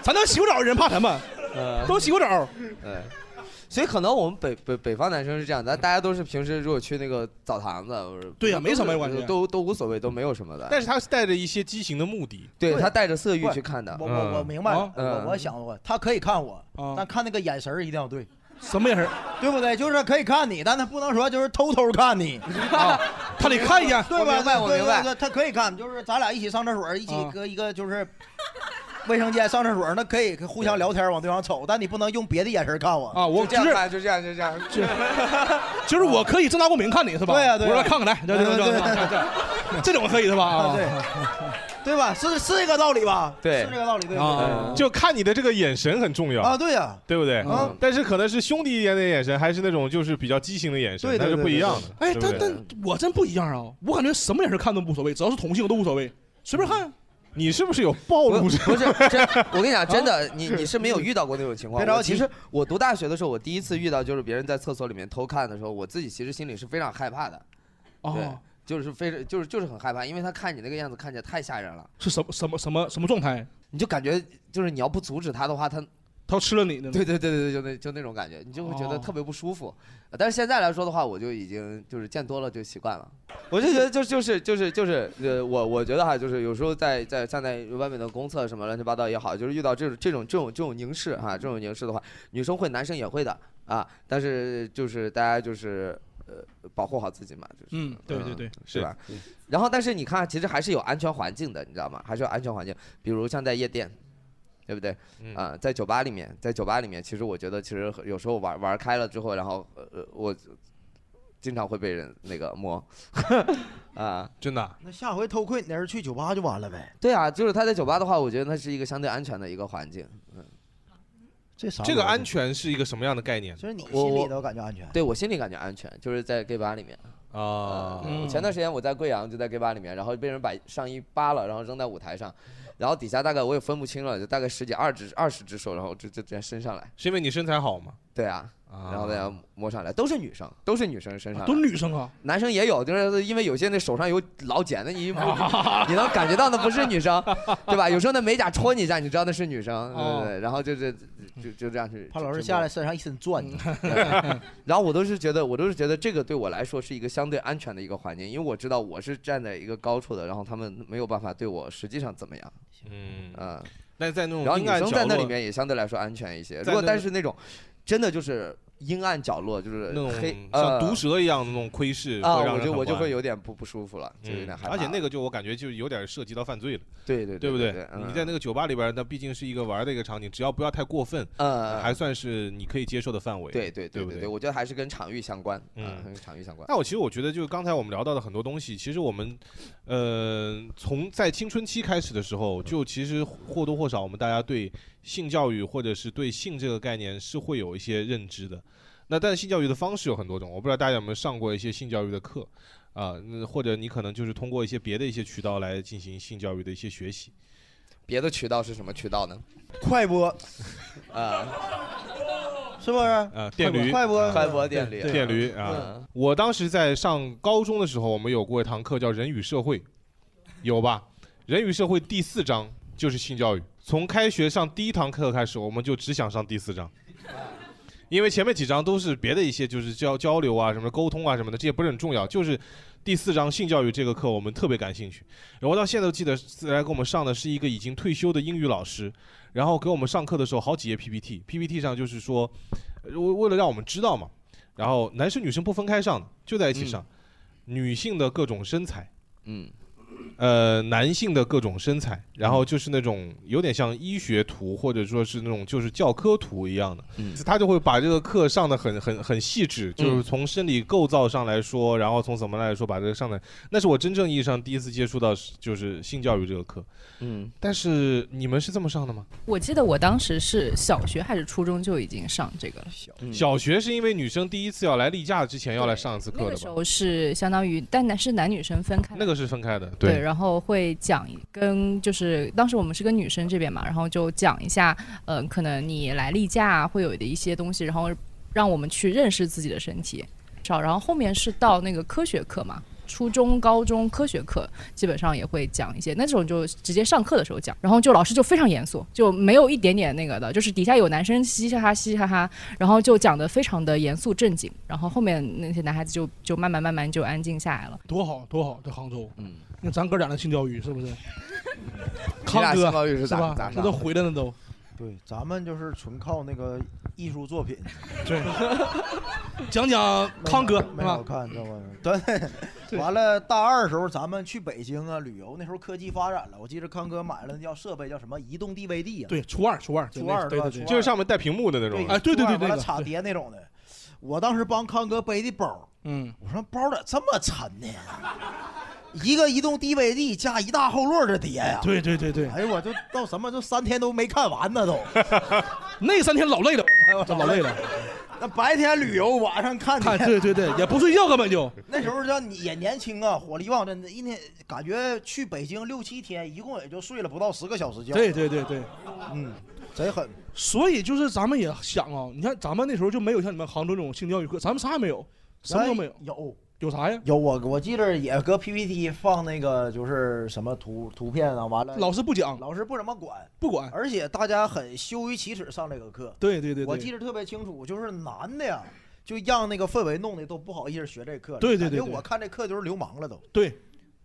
咱能洗过澡人怕什么？呃都洗过澡。对， 所以可能我们北北北方男生是这样，咱大家都是平时如果去那个澡堂子，或者对呀都没什么是感觉都都无所谓，都没有什么的。但是他是带着一些畸形的目的，对他带着色欲去看的。嗯我我我明啊白了，我嗯我想过，他可以看我，但看那个眼神儿一定要对。什么眼神？对不对？就是可以看你，但他不能说就是偷偷看你，啊，他得看一眼 对吧？我明白我明白对对对他可以看，就是咱俩一起上厕所，一起嗯搁一个就是卫生间上厕所，那可以互相聊天，往对方瞅，但你不能用别的眼神看我啊，我就是就这样，就这样， 就是我可以正大光明看你是吧？对呀对呀啊啊我说看看来，这这对对对这这这种可以是吧？啊对对吧？是是这个道理吧？对是这个道理对啊吧？，就看你的这个眼神很重要啊，对呀，对不对啊？但是可能是兄弟一点的眼神，还是那种就是比较畸形的眼神，对那对是不一样的。哎，对不对但但我真不一样啊！我感觉什么眼神看都无所谓，只要是同性都无所谓，随便看。啊你是不是有暴不是，不是真我跟你讲，真的，你你是没有遇到过那种情况。别着我其急实我读大学的时候，我第一次遇到就是别人在厕所里面偷看的时候，我自己其实心里是非常害怕的。对哦，就是非常就是就是很害怕，因为他看你那个样子看起来太吓人了，是什么什么什么什么状态？你就感觉就是你要不阻止他的话，他他要吃了你呢。对对对对对，就那就那种感觉，你就会觉得特别不舒服。呃但是现在来说的话，我就已经就是见多了就习惯了。我就觉得就就是就是就是呃，我我觉得哈，就是有时候在在站在外面的公厕什么乱七八糟也好，就是遇到这种这种这种这种凝视哈，这种凝视的话，女生会，男生也会的啊。但是就是大家就是呃保护好自己嘛，就是嗯，对对对，是吧？然后，但是你看，啊其实还是有安全环境的，你知道吗？还是有安全环境，比如像在夜店，对不对？啊、嗯在酒吧里面，在酒吧里面，其实我觉得，其实有时候玩玩开了之后，然后呃，呃我经常会被人那个摸， 啊，真的。那下回偷窥你那是去酒吧就完了呗？对啊，就是他在酒吧的话，我觉得那是一个相对安全的一个环境。嗯，这啥这个安全是一个什么样的概念？就是你我心里我都感觉安全。对我心里感觉安全，就是在 gay 吧里面。啊、对嗯我前段时间我在贵阳就在 gay 吧里面，然后被人把上衣扒了，然后扔在舞台上，然后底下大概我也分不清了，就大概十几二只二十只手，然后就就直接伸上来。是因为你身材好吗？对啊，然后大家摸上来都是女生，都是女生身上来都是女生啊，男生也有，就是因为有些那手上有老茧，那你你能感觉到那不是女生，对吧？有时候那美甲戳你一下，你知道那是女生，对对对，然后就是就就这样去。怕老去师摸下来身上一身钻， 然后我都是觉得，我都是觉得这个对我来说是一个相对安全的一个环境，因为我知道我是站在一个高处的，然后他们没有办法对我实际上怎么样。嗯嗯，但在那种然后女阴暗生角在那落里面也相对来说安全一些。在如果那但种是那种真的就是阴暗角落，就是那种黑像呃毒蛇一样的那种窥视啊，会让我人就很我就不安嗯会有点不不舒服了，就有点害怕而了。且那个就我感觉就有点涉及到犯罪了，对对对不对对对嗯你在那个酒吧里边，那毕竟是一个玩的一个场景，只要不要太过分，嗯还算是你可以接受的范围。对对对对不对对，我觉得还是跟场域相关，嗯嗯，跟场域相关。那我其实我觉得，就是刚才我们聊到的很多东西，其实我们，呃，从在青春期开始的时候，就其实或多或少，我们大家对性教育或者是对性这个概念是会有一些认知的。那但是性教育的方式有很多种，我不知道大家有没有上过一些性教育的课啊、那或者你可能就是通过一些别的一些渠道来进行性教育的一些学习。别的渠道是什么渠道呢？快播啊，是不是？呃，电快驴，快播快播电驴电驴嗯啊！我当时在上高中的时候，我们有过一堂课叫《人与社会》，有吧？《人与社会》第四章就是性教育。从开学上第一堂课开始，我们就只想上第四章，因为前面几章都是别的一些，就是交交流啊、什么沟通啊什么的，这些不是很重要。就是第四章性教育这个课，我们特别感兴趣。然后我到现在都记得，来给我们上的是一个已经退休的英语老师，然后给我们上课的时候好几页 PPT，PPT 上就是说，呃为为了让我们知道嘛，然后男生女生不分开上的，就在一起上，女性的各种身材，嗯，呃，男性的各种身材，然后就是那种有点像医学图，或者说是那种就是教科图一样的，他就会把这个课上的很很很细致，就是从生理构造上来说，然后从怎么来说把这个上的，那是我真正意义上第一次接触到是就是性教育这个课，嗯，但是你们是这么上的吗？我记得我当时是小学还是初中就已经上这个了，小学是因为女生第一次要来例假之前要来上一次那课个的时吧？候是相当于，但男是男女生分开。那个是分开的，对，然后会讲跟就是当时我们是跟女生这边嘛，然后就讲一下，嗯、可能你来例假啊会有的一些东西，然后让我们去认识自己的身体，少，然后后面是到那个科学课嘛，初中、高中科学课基本上也会讲一些，那种就直接上课的时候讲，然后就老师就非常严肃，就没有一点点那个的，就是底下有男生嘻嘻哈哈嘻嘻哈哈，然后就讲的非常的严肃正经，然后后面那些男孩子就就慢慢慢慢就安静下来了。多好多好，在杭州，嗯，那咱哥俩的性教育是 不是？你俩康哥性教育是咋吧咋上的那都回来了都。对，咱们就是纯靠那个艺术作品。 对，讲讲康哥没好看，知道吗？对，完了大二的时候咱们去北京啊旅游，那时候科技发展了，我记得康哥买了那叫设备叫什么移动 DVD 啊？对，初二初二初二对吧对对初就是二上面带屏幕的那种。啊哎对，初二完了插碟那种的。我当时帮康哥背的包，嗯，我说包咋这么沉呢？一个移动 DVD 加一大后摞的碟呀、对对对对，哎呦，我就到什么就三天都没看完呢都。 那三天 老累了，这老累了。那白天旅游，晚上看看，碟对对对，也不睡觉根啊本就。那时候叫你也年轻啊，火力旺盛，一天感觉去北京六七天，一共也就睡了不到十个小时觉。对对对对，嗯，贼狠。所以就是咱们也想啊，你看咱们那时候就没有像你们杭州这种性教育课，咱们啥也没有，什么都没有。有有啥呀？有我我记得也搁 PPT 放那个就是什么图图片啊，完了老师不讲，老师不怎么管，不管，而且大家很羞于启齿上这个课。对对对对我记得特别清楚，就是男的呀，就让那个氛围弄得都不好意思学这课了。对对对感觉对我看这课就是流氓了都。对。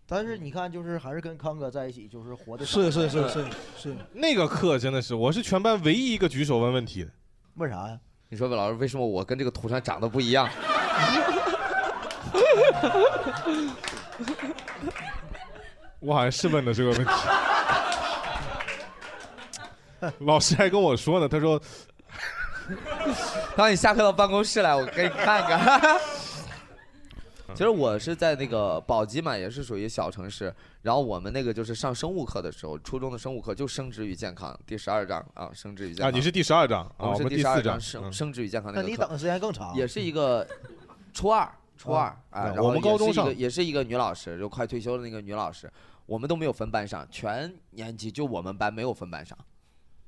但是你看，就是还是跟康哥在一起，就是活的是 是是是是，那个课真的是，我是全班唯一一个举手问问题的。为啥呀？你说吧，老师，为什么我跟这个图上长得不一样？ 嗯我好像是问了这个 问题。老师还跟我说呢，他 说 当你下课到办公室来，我给你看看。其实我是在那个宝鸡嘛，也是属于小城市。然后我们那个就是上生物课的时候，初中的生物课就生殖与健康第十二章啊，生殖与健康啊你是第12章啊我们是我们第第十四二章生嗯生殖与健康那个你课等的时间更长，也是一个初 二，初二嗯啊，然后我们也高是中一上个也是一个女老师，就快退休的那个女老师，我们都没有分班上，全年级就我们班没有分班上，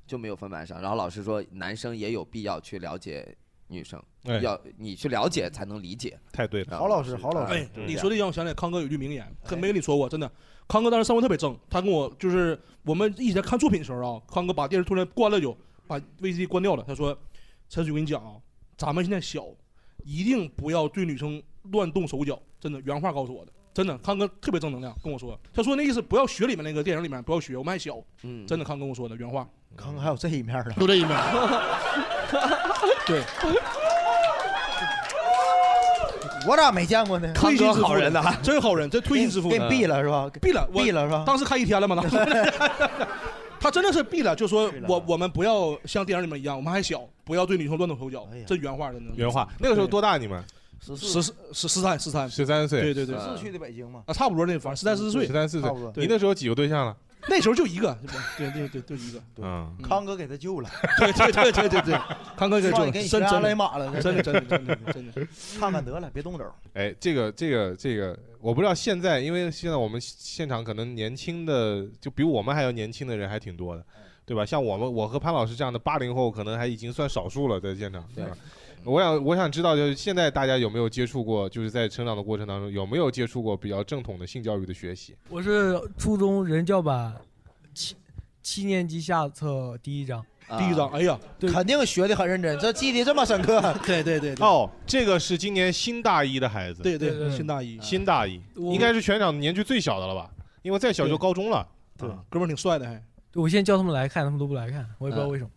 就没有分班上。然后老师说，男生也有必要去了解女生，哎要你去了解才能理解。太对了好老师，好老师。哎，你说这让我想起来康哥有句名言，可没跟你说过，真的。康哥当时上回特别正，他跟我就是我们一起在看作品的时候啊，康哥把电视突然关了就，把卫视关掉了。他说：“陈水，我跟你讲啊，咱们现在小，一定不要对女生乱动手脚。”真的，原话告诉我的，真的。康哥特别正能量，跟我说，他说那意思不要学里面那个电影里面不要学，我们还小。嗯，真的，康跟我说的原话。康哥还有这一面呢，就 这一面。对，我咋没见过呢？推心置腹的啊真好人，这推心置腹的。嗯给你毙了是吧？毙了，我毙了是吧？当时看一天了吗？ 当时他真的是毙了，就说我我们不要像电影里面一样，我们还小，不要对女生乱动手脚。这原话真的。原话。那个时候多大你们？哎十十四十十三十三十三岁，对对对，是去的北京嘛。啊，差不多那，反正十三四岁，十三四岁差不多。你那时候几个对象了？那时候就一个，对对对，就一个。嗯，康哥给他 救了，对对对对对 对，康哥给他救了是吧给你悬真真崖的勒马了，真的真的真的真的，看看得了，别动手。哎，这个这个这个，我不知道现在，因为现在我们现场可能年轻的，就比我们还要年轻的人还挺多的，嗯对吧？像我们，我和潘老师这样的八零后，可能还已经算少数了，在现场，对吧？嗯我想我想知道，就是现在大家有没有接触过，就是在成长的过程当中，有没有接触过比较正统的性教育的学习？我是初中人教版七七年级下册第一章，第一章，哎呀，啊肯定学的很认真，这记得这么深刻。 对对对。哦，这个是今年新大一的孩子，对对对嗯新大一新大一，我应该是全场年纪最小的了吧？因为再小就高中了。对啊哥们儿挺帅的还。我现在叫他们来看，他们都不来看，我也不知道为什么。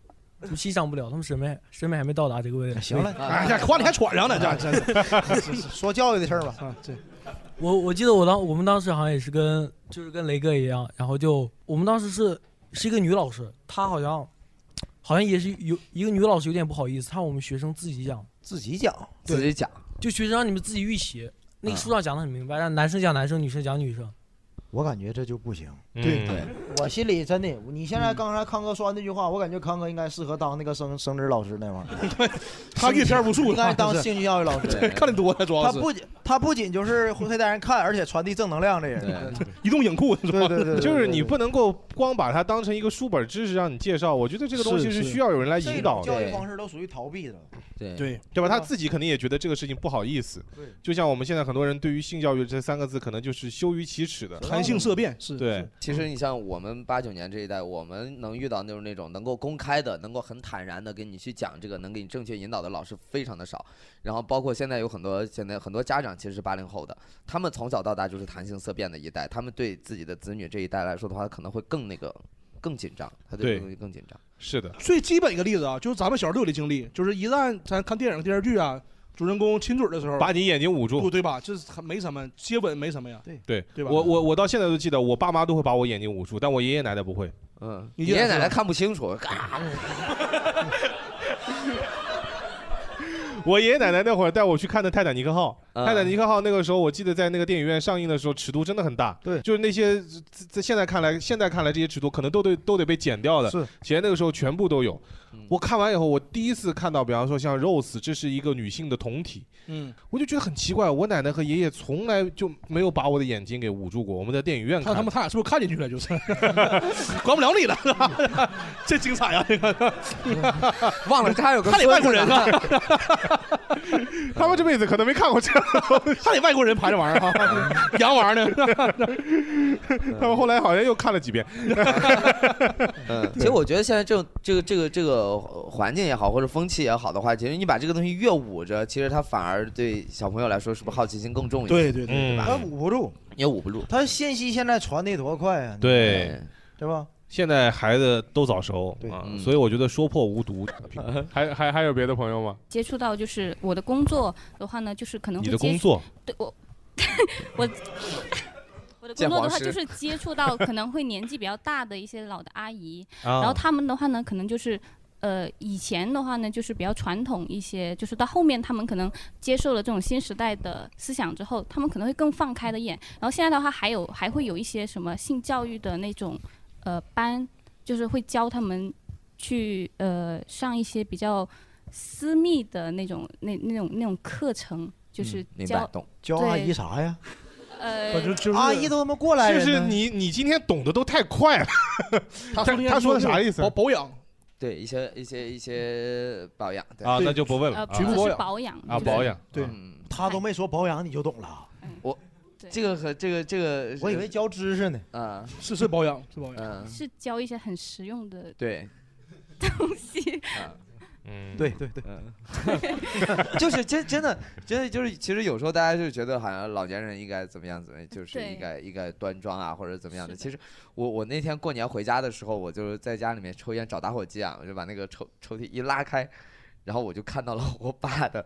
就欣赏不了，他们审美审美还没到达这个位 置。行了啊哎呀，话你还喘上呢，这 这说教育的事儿吧。啊，这我我记得我当我们当时好像也是跟就是跟雷哥一样，然后就我们当时是是一个女老师，她好像好像也是有一个女老师有点不好意思，她让我们学生自己讲，自己讲，嗯对自己讲，就学生让你们自己预习，那个书上讲的很明白，让男生讲男生，女生讲女生。我感觉这就不行。嗯对对，我嗯心里真的，你现在刚才康哥说完那句话，我感觉康哥应该适合当那个生生殖老师那玩意儿。 他阅片无数应该他当是兴趣教育 老师。对看得多了主要他是不仅他不仅就是会带人看，而且传递正能量的人。 移动影库是吧？对对对，就是你不能够光把它当成一个书本知识让你介绍，我觉得这个东西是是是需要有人来这引种导教育的。方式都属于逃避的。对对对吧？他自己肯定也觉得这个事情不好意思。对就像我们现在很多人对于性教育这三个字，可能就是羞于启齿的。谈性色变是对，其实你像我们八九年这一代，我们能遇到就是那种能够公开的、能够很坦然的跟你去讲这个、能给你正确引导的老师非常的少。然后包括现在有很多现在很多家长其实是八零后的，他们从小到大就是谈性色变的一代，他们对自己的子女这一代来说的话，可能会更那个更紧张，他对对这个东西更紧张。是的，最基本一个例子啊，就是咱们小时候都有的经历，就是一旦咱看电影、电视剧啊，主人公亲嘴的时候，把你眼睛捂不住。对吧？这是很没什么，接吻没什么呀。对，对，对吧我我我到现在都记得，我爸妈都会把我眼睛捂住，但我爷爷奶奶不会。嗯，你爷爷这样奶是奶吧看不清楚， 嘎。 我爷爷奶奶那会儿带我去看的《泰坦尼克号》，嗯《泰坦尼克号》那个时候，我记得在那个电影院上映的时候，尺度真的很大。对，就是那些在在现在看来，现在看来这些尺度可能都得都得被剪掉的。是，其实那个时候全部都有。嗯我看完以后，我第一次看到，比方说像 Rose，这是一个女性的同体，嗯， 我就觉得很奇怪，我奶奶和爷爷从来就没有把我的眼睛给捂住过。我们在电影院看看，他们他俩是不是看进去 了？就是管不了你了，是吧？这精彩啊！这个 忘了这还 有个还得外国人啊， 他们这辈子可能没看过这样的东西，还得外国人拍这玩意儿啊 哈，洋玩意儿呢。他们后来好像又看了几遍。嗯，其实我觉得现在这种这个这个这个呃环境也好，或者风气也好的话，其实你把这个东西越捂着，其实他反而对小朋友来说，是不是好奇心更重一点？对对他吧？捂不住，也捂不住。他信息现在传的多快啊！ 对，对吧？现在孩子都早熟啊，嗯所以我觉得说破无毒。 还还还有别的朋友吗？接触到就是我的工作的话呢，就是可能会你的接工触作，对我 我我的工见作的黄话师就是接触到可能会年纪比较大的一些老的阿姨， 啊然后他们的话呢，可能就是呃，以前的话呢，就是比较传统一些，就是到后面他们可能接受了这种新时代的思想之后，他们可能会更放开的演。然后现在的话，还有还会有一些什么性教育的那种呃班，就是会教他们去呃上一些比较私密的那种那那种那种课程，就是嗯明教、白懂教阿对姨啥呀？呃，反正就是阿姨都他妈过来人就呢是你你今天懂得都太 快了。他他说他说的啥意思？保保养，对一些一些一些保养对啊那就不问了呃啊局部保养保养啊保养对，他都没说保养，你就懂了。我这个和这个这个，我以为教知识呢。啊，是是保养是保养是教一些很实用的嗯对东西。 嗯对对对， 就是真真的真的就是，其实有时候大家就觉得好像老年人应该怎么样怎么样，就是对应该应该端庄啊或者怎么样的。是的其实我我那天过年回家的时候，我就是在家里面抽烟找打火机啊，我就把那个抽抽屉一拉开，然后我就看到了我爸的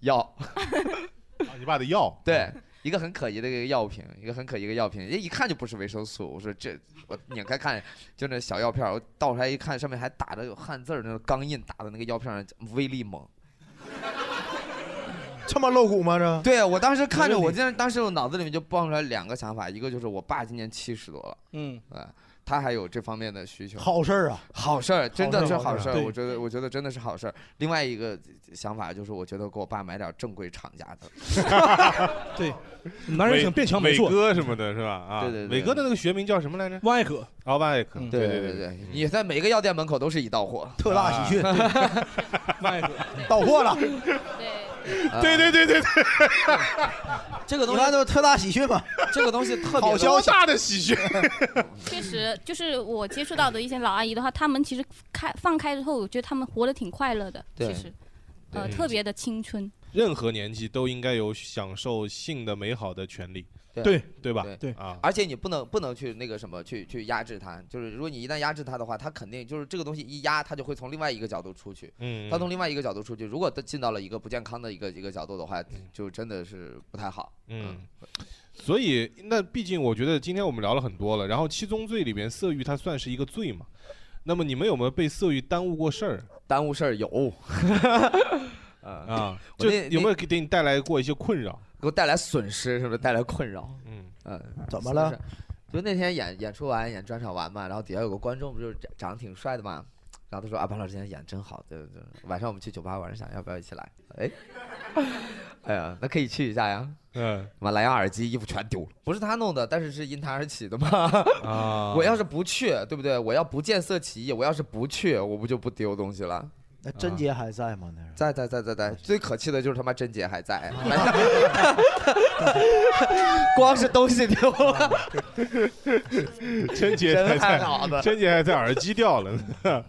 药，啊你爸的药，对。一个很可疑的一个药瓶，一个很可疑的药瓶，一看就不是维生素。我说这，我拧开看，就那小药片儿，我倒出来一看，上面还打着有汉字儿，那个钢印打的那个药片儿上威力猛，这么露骨吗？这对啊我当时看着我，当当时我脑子里面就蹦出来两个想法，一个就是我爸今年七十多了，嗯，啊，他还有这方面的需求，好事儿啊，好事儿，真的是好事好儿，事儿我觉得我觉得真的是好事儿。另外一个想法就是，我觉得给我爸买点正规厂家的， 对，男人伟想变强没错伟哥什么的是吧？啊，对对对嗯伟哥的那个学名叫什么来着？万艾可，啊，万艾可，对对对对，你在每个药店门口都是一道啊货，特大喜讯，万艾可到货了。对对对对 对，这个东西那都特大喜讯嘛，这个东西特别好消息，大的喜 讯。确实，就是我接触到的一些老阿姨的话，她们其实开放开之后，我觉得她们活得挺快乐的，对其实，呃，对特别的青春。任何年纪都应该有享受性的美好的权利，对对吧？对啊，而且你不能不能去那个什么去去压制它，就是如果你一旦压制它的话，它肯定就是这个东西一压，它就会从另外一个角度出去。嗯它从另外一个角度出去，如果它进到了一个不健康的一个一个角度的话，就真的是不太好。嗯，所以那毕竟我觉得今天我们聊了很多了，然后七宗罪里面色欲它算是一个罪嘛？那么你们有没有被色欲耽误过事儿？耽误事儿有， 啊，我就那有没有给给你带来过一些困扰？给我带来损失，是不是带来困扰？嗯嗯，怎么了是？就那天演演出完，演专场完嘛，然后底下有个观众不就是长长得挺帅的嘛，然后他说啊，白老师今天演得真好，对对对，晚上我们去酒吧玩一下，要不要一起来？哎， 哎呀，那可以去一下呀。嗯，妈蓝牙耳机、衣服全丢了，不是他弄的，但是是因他而起的嘛。啊 我要是不去，对不对？我要不见色起意，我要是不去，我不就不丢东西了？那贞洁还在吗？那是啊在在在在在，最可气的就是他妈贞洁还在， 光是东西丢 了。贞洁人还太好在，了 贞洁还在，耳机掉了。对，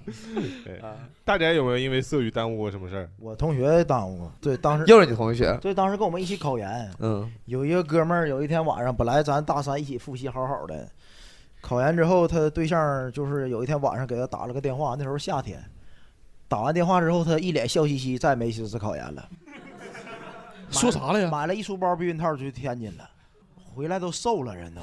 大家有没有因为色欲耽误过什么事儿？我同学耽误过，对，当时又是你同学对，当时跟我们一起考研，嗯，有一个哥们儿，有一天晚上，本来咱大三一起复习好好的，考研之后，他对象就是有一天晚上给他打了个电话，那时候夏天，打完电话之后，他一脸笑嘻嘻，再也没心思考研了。说啥了呀？买了一书包避孕套就去天津了，回来都瘦了，人都。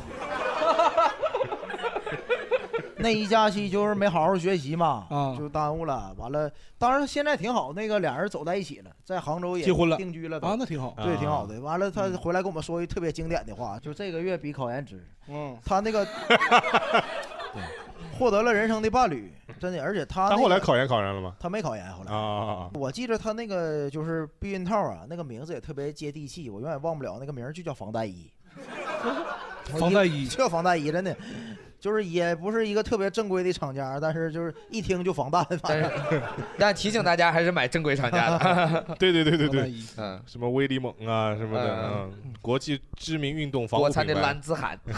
那一假期就是没好好学习嘛，就耽误了。完了，当然现在挺好，那个俩人走在一起了，在杭州也结婚了定居了都啊那挺好对，挺好的。啊完了，他回来跟我们说一特别经典的话，就这个月比考研值。嗯，他那个对获得了人生的伴侣，真的，而且他他那后来个考研考上了吗？他没考研后来。啊，我记着他那个就是避孕套啊，那个名字也特别接地气，我永远忘不了那个名儿，就叫防弹衣。防弹衣 就叫防弹衣，真的，就是也不是一个特别正规的厂家，但是就是一听就防弹。反正但提醒大家还是买正规厂家 的。对对对对对，嗯，什么威力猛啊什么的，嗯嗯，国际知名运动防护国品产的牌兰。姿涵。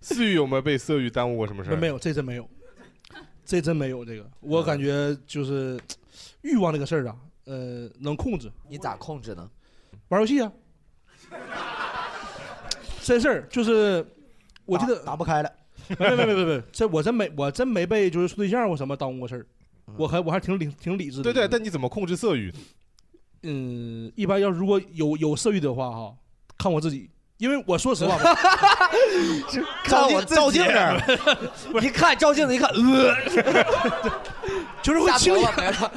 思雨有没有被色欲耽误过什么事儿？嗯没有，这真没有，这真没有。这个我感觉就是欲望这个事儿啊，呃，能控制。你咋控制呢？玩游戏啊，真事儿就是，我记得打不开了。没没没没没，这我真没我真没被就是处对象或什么耽误过事儿，我还我还挺理挺理智的。对对，但你怎么控制色欲？嗯，一般要如果有有色欲的话哈，看我自己，因为我说实话，看我自己照镜子， 一看照镜子，一看，呃， 就是会清下头发醒，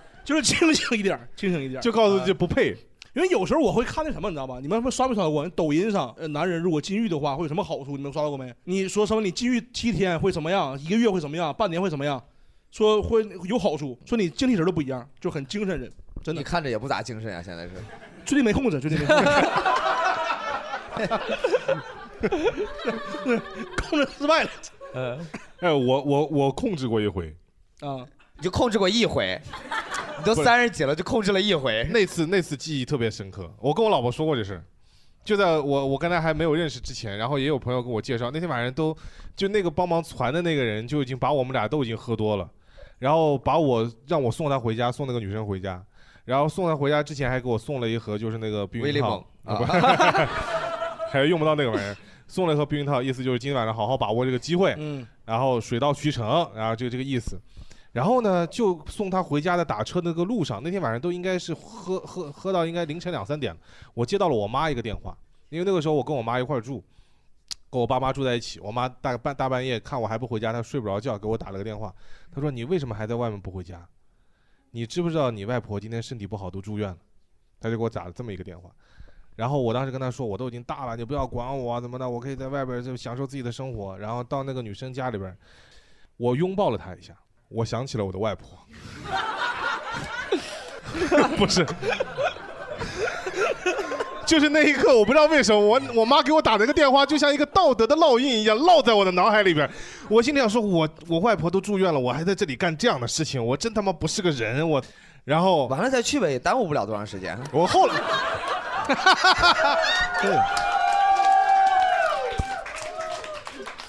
就是清醒一点儿，清醒一点儿，啊就告诉自己不配。因为有时候我会看那什么，你知道吗？你们刷没刷到过？抖音上，呃，男人如果禁欲的话会有什么好处？你们刷到过没？你说什么？你禁欲七天会怎么样？一个月会怎么样？半年会怎么样？说会有好处，说你精气神儿都不一样，就很精神人，真的。你看着也不咋精神呀、现在是。最近没控制，最近 没 控制。控制失败了。呃， 哎，我我我控制过一回，啊，你就控制过 一回，你都三十几了，就控制了一回。那次那次记忆特别深刻，我跟我老婆说过这事儿，就在我我跟她还没有认识之前，然后也有朋友跟我介绍，那天晚上都就那个帮忙传的那个人就已经把我们俩都已经喝多了，然后把我让我送她回家，送那个女生回家，然后送她回家之前还给我送了一盒就是那个避威孕力套猛，啊不 还用不到那个玩意儿，送了一盒避孕套，意思就是今天晚上好好把握这个机会。嗯，然后水到渠成，然后就这个意思。然后呢，就送他回家的打车那个路上，那天晚上都应该是喝喝喝到应该凌晨两三点了。我接到了我妈一个电话，因为那个时候我跟我妈一块儿住，跟我爸妈住在一起。我妈大半大半夜看我还不回家，她睡不着觉，给我打了个电话，她说：“你为什么还在外面不回家？你知不知道你外婆今天身体不好都住院了？”她就给我打了这么一个电话。然后我当时跟她说，我都已经大了，你不要管我啊怎么的，我可以在外边儿就享受自己的生活。然后到那个女生家里边儿，我拥抱了她一下，我想起了我的外婆， 不 是， 就是那一刻，我不知道为什么，我我妈给我打了个电话，就像一个道德的烙印一样烙在我的脑海里边。我心里想说，我我外婆都住院了，我还在这里干这样的事情，我真他妈不是个人，我。然后完了再去呗，也耽误不了多长时间。我后来， 对。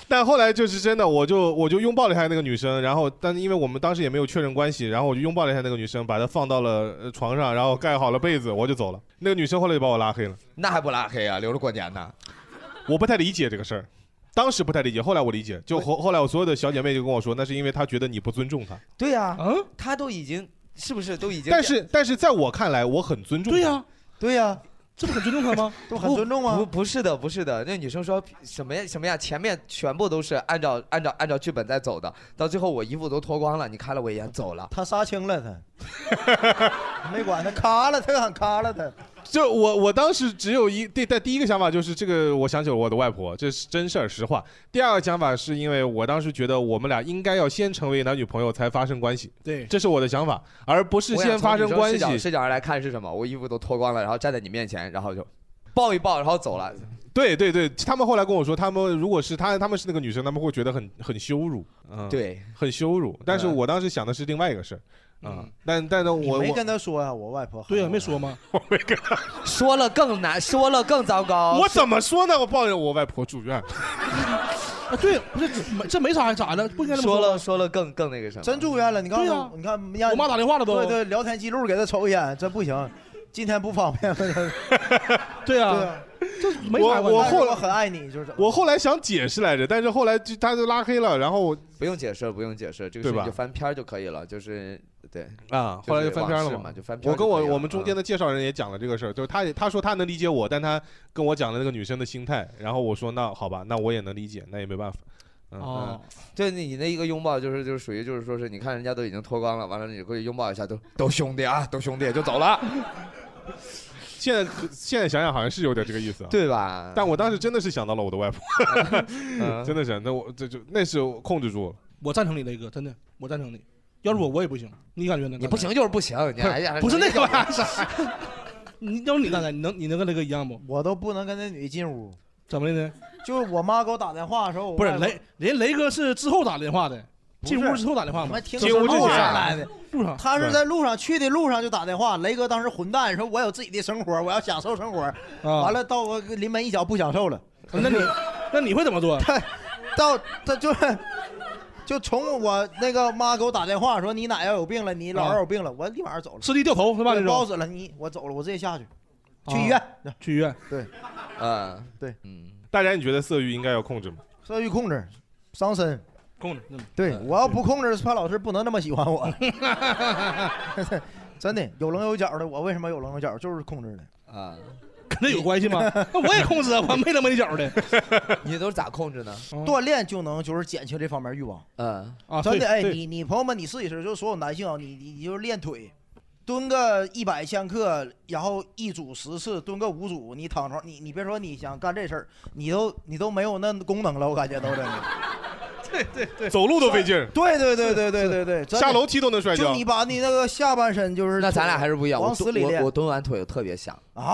但后来就是真的，我就我就拥抱了一下那个女生，然后但因为我们当时也没有确认关系，然后我就拥抱了一下那个女生，把她放到了呃床上，然后盖好了被子，我就走了。那个女生后来就把我拉黑了。那还不拉黑啊？留着过年呢。我不太理解这个事儿，当时不太理解，后来我理解，就后后来我所有的小姐妹就跟我说，那是因为她觉得你不尊重她。对呀、嗯，他都已经是不是都已经？但是但是在我看来，我很尊重。对啊呀、对呀、这不很尊重 他吗？都很尊重啊不不是的，不是的。那女生说什么呀？什么呀？前面全部都是按照按照按照剧本在走的，到最后我衣服都脱光了，你看了我一眼走了。他杀青了，他 没管他，咔了，他喊咔了，他就我我当时只有一对，但第一个想法就是这个，我想起了我的外婆，这是真事儿，实话。第二个想法是因为我当时觉得我们俩应该要先成为男女朋友才发生关系，对，这是我的想法，而不是我想先发生从女生关视角系。视角上来看是什么？我衣服都脱光了，然后站在你面前，然后就抱一抱，然后走了。对对对，他们后来跟我说，他们如果是他他们是那个女生，他们会觉得很很羞辱，嗯，对，很羞辱。但是我当时想的是另外一个事儿，嗯，但但呢，你我没我跟他说呀、我外婆对呀、没说吗？说了更难，说了更糟糕。我怎么说呢？我抱怨我外婆住院，啊，对，不是没这没啥咋的，不应该这么说吗了说了更更那个什么。真住院了。你看对我，呀你看我妈打电话了都对对，聊天记录给他瞅一眼，这不行，今天不方便。对呀、这 没啥我我但是后我很爱你，就是啊我后来想解释来着，但是后来就他就拉黑了，然后不用解释，不用解释，这个对事吧你就翻篇儿就可以了，就是对啊，就后来是就翻篇往了事嘛，嘛，就翻篇我儿就嗯跟可以了。我我们中间的的介绍人也讲了这个事儿，就是他也他说他能理解我，但他跟我讲了那个女生的心态，然后我说那好吧，那我也能理解，那也没办法。嗯、哦，对你那一个拥抱就是就是属于就是说是你看人家都已经脱光了，完了你过去拥抱一下，都都兄弟啊，都兄弟就 走了。嗯现在可现在想想好像是有点这个意思、啊，对吧但我当时真的是想到了我的外婆， 嗯真的是，那我这就那是我控制住了。我赞成你雷哥，真的，我赞成你。要是我，我也不行。你感觉呢？你不行就是不行，你哎呀，不是那个个玩意儿。 你要是你刚才，你能你能跟雷哥一样不？我都不能跟那女进屋。怎么的呢？就是我妈给我打电话的时候，我不是外婆雷，人家雷哥是之后打电话的，进不屋是之后啊打电话我吗？们听说路上来的，路上他是在路上去的路上就打电话。雷哥当时混蛋说：“我有自己的生活，我要享受生活。”完了到我临门一脚不享受了。啊 那你那你会怎么做？他到他就是就从我那个妈给我打电话说：“你奶要有病了，你姥姥有病了。”我立马走了，吃啊地掉头是吧？对那种包死了你，我走了，我直接下去去医院。去医院。对，嗯，对，嗯，大家你觉得色欲应该要控制吗？色欲控制，伤身。控制。嗯对，我要不控制，潘老师不能那么喜欢 我。 真的，有棱有角的，我为什么有棱有角？就是控制的。啊，那有关 系吗？那我也控制，啊，我没棱没角的。 你都是咋控 制呢？锻炼就能就是减轻这方面欲望。嗯啊真的对哎，对你你朋友们你试一试，就是所有男性啊，你你你就是练腿，蹲个一百千克，然后一组十次，蹲个五组，你躺床，你你别说你想干这事儿，你都你都没有那功能了，我感觉都真的。对对对，走路都费劲儿 对对对哎对对对对，真的下楼梯都能摔跤就你把你那个下半身就是，那咱俩还是不一样，我往死蹲里练我我蹲完腿我特别响。啊。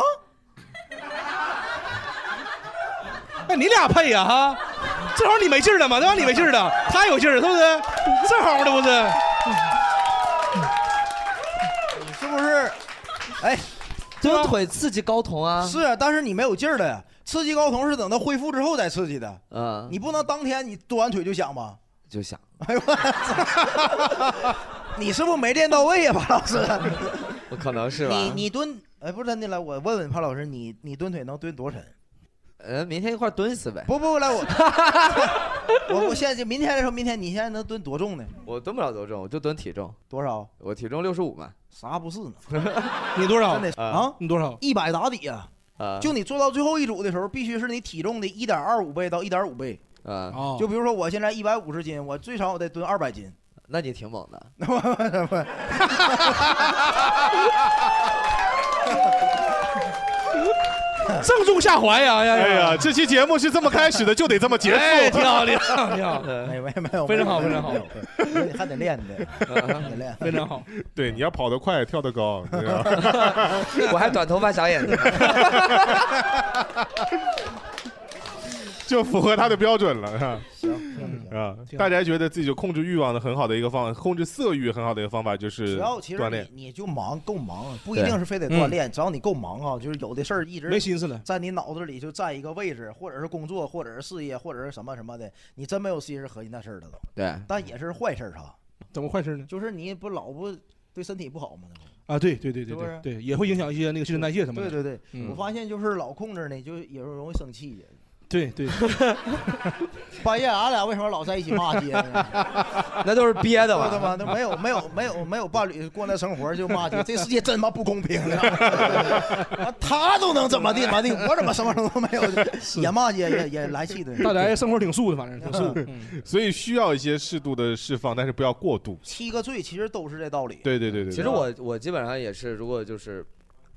那你俩配呀、哈，正好你没劲儿了嘛，对吧？你没劲儿了，他有劲儿，是不是？正好的不是？是不是？哎，蹲腿刺激睾酮啊。是，但是你没有劲儿了呀。刺激睾酮是等到恢复之后再刺激的，嗯，你不能当天你蹲完腿就想吧？就想，你是不是没练到位呀，潘老师？我可能是吧。你你蹲，哎，不是真的来，我问问潘老师，你你蹲腿能蹲多深？呃，明天一块儿蹲死呗。不不，来我， 我我现在就明天来说，明天你现在能蹲多重呢？我蹲不了多重，我就蹲体重。多少？我体重六十五 嘛。啥不是呢？你多少呃真的 啊啊？你多少？一百打底啊！啊，就你做到最后一组的时候，必须是你体重的一点二五倍到一点五倍。啊，哦哦就比如说我现在一百五十斤，我最少我得蹲二百斤。那你挺猛的。正中下怀呀！哎呀哎呀，这期节目是这么开始的，就 得这么结束。哎挺好挺好 挺好没有没有没有，非常好非常好没有，没有没有还得 练的，还得练。非常好。对，你要跑得快，跳得高。对吧我还短头发小眼睛。就符合他的标准了，是吧？行啊，大家觉得自己就控制欲望的很好的一个方，控制色欲很好的一个方法就是只要其锻实炼。你你就忙够忙，不一对定是非得锻炼，只要你够忙啊，就是有的事儿一直嗯没心思了，在你脑子里就占一个位置，或者是工作，或者是事业，或者是什么什么的，你真没有心思合计那事儿了都。对，但也是坏事儿哈，怎么坏事呢？就是你不老不对身体不好吗？啊，对对对对是不是对对，也会影响一些那个新陈代谢什么的。对对对，嗯我发现就是老控制呢，就也容易生气。对对，半夜俺俩为什么老在一起骂街呢？ 那都是憋的吧对吧？那没有没有没有没有伴侣过那生活就骂街，这世界真他妈不公平了。 啊他都能怎么地怎么地，我怎么什么都没 有，也骂街也也来气的。大宅生活挺素的，反正挺素。嗯所以需要一些适度的释放，但是不要过度。七个罪其实都是这道理。对对对对。对其实我我基本上也是，如果就是，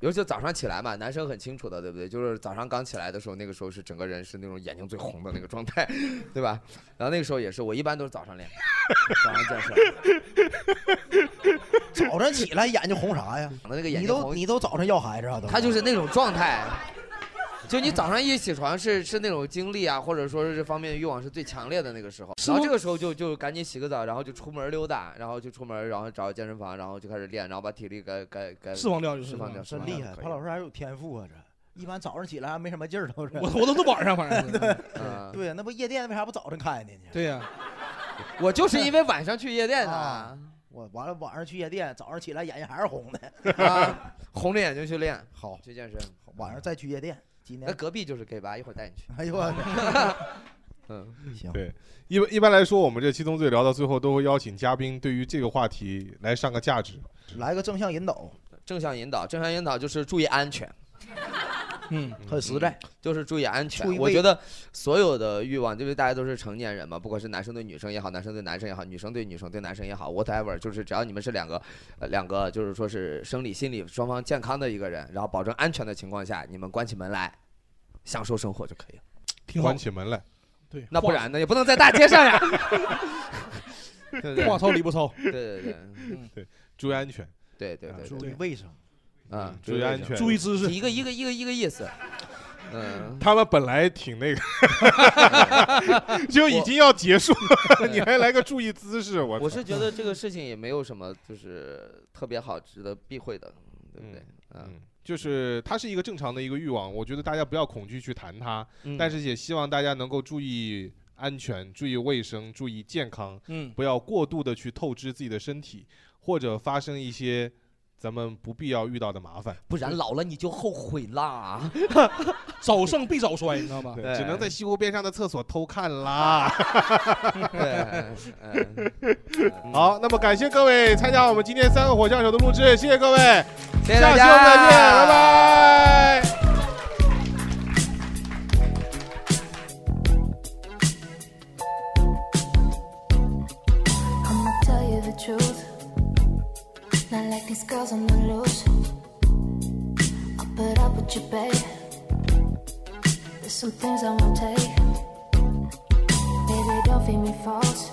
尤其早上起来嘛，男生很清楚的，对不对？就是早上刚起来的时候，那个时候是整个人是那种眼睛最红的那个状态， 对吧？然后那个时候也是，我一般都是早上练， 早上健身。早上起来眼睛红啥呀？那个眼睛你都红你都早上要孩子啊？都他就是那种状态，就你早上一起床是是那种精力啊，或者说是这方面的欲望是最强烈的那个时候。然后这个时候就就赶紧洗个澡，然后就出门溜达，然后就出门，然后找健身房，然后就开始练，然后把体力该该该释放掉就是释放掉，释真放掉厉害，可以潘老师还是有天赋啊！这一般早上起来还没什么劲儿，都是。我我都是晚上反 正对嗯对，那不夜店为啥不早上开呢？对呀、 我就是因为晚上去夜店的啊。我完了，晚上去夜店，早上起来眼睛还是红的。 啊，红着眼睛去练，好去健身，晚上再去夜店，今那年隔壁就是 gay 吧，一会儿带你去。哎呦我 嗯，行对，一般一般来说，我们这七宗罪聊到最后都会邀请嘉宾对于这个话题来上个价值。来个正向引导，正向引导，正向引导就是注意安全。嗯，很实在，就是注意安全注意。我卫觉得所有的欲望，因为大家都是成年人嘛，不管是男生对女生也好，男生对男生也好，女生对女生对男生也好，whatever，就是只要你们是两个，呃，两个就是说是生理、心理双方健康的一个人，然后保证安全的情况下，你们关起门来享受生活就可以了。挺好关起门来，对，那不然呢？也不能在大街 上呀。对不对话糙理不糙。对对对，对，注意安全。对对对，注意卫生。啊，嗯注意安全注意姿势一个一个一个一个意思。嗯，他们本来挺那 个， 就已经要结束了，你还来个注意姿势，我我是觉得这个事情也没有什么就是特别好值得避讳的，对不对？嗯，就是它是一个正常的一个欲望，我觉得大家不要恐惧去谈它，嗯但是也希望大家能够注意安全、注意卫生、注意健康，嗯不要过度的去透支自己的身体，或者发生一些咱们不必要遇到的麻烦，不然老了你就后悔啦。早盛必早衰，你知道吗？对只能在西湖边上的厕所偷看 啦。好，那么感谢各位参加我们今天三个火枪手的录制，谢谢各位，谢下谢大期家我们再见，拜拜。 It's cause I'm the loose. I'll put up with you, babe. There's some things I won't take. Baby, don't feed me false.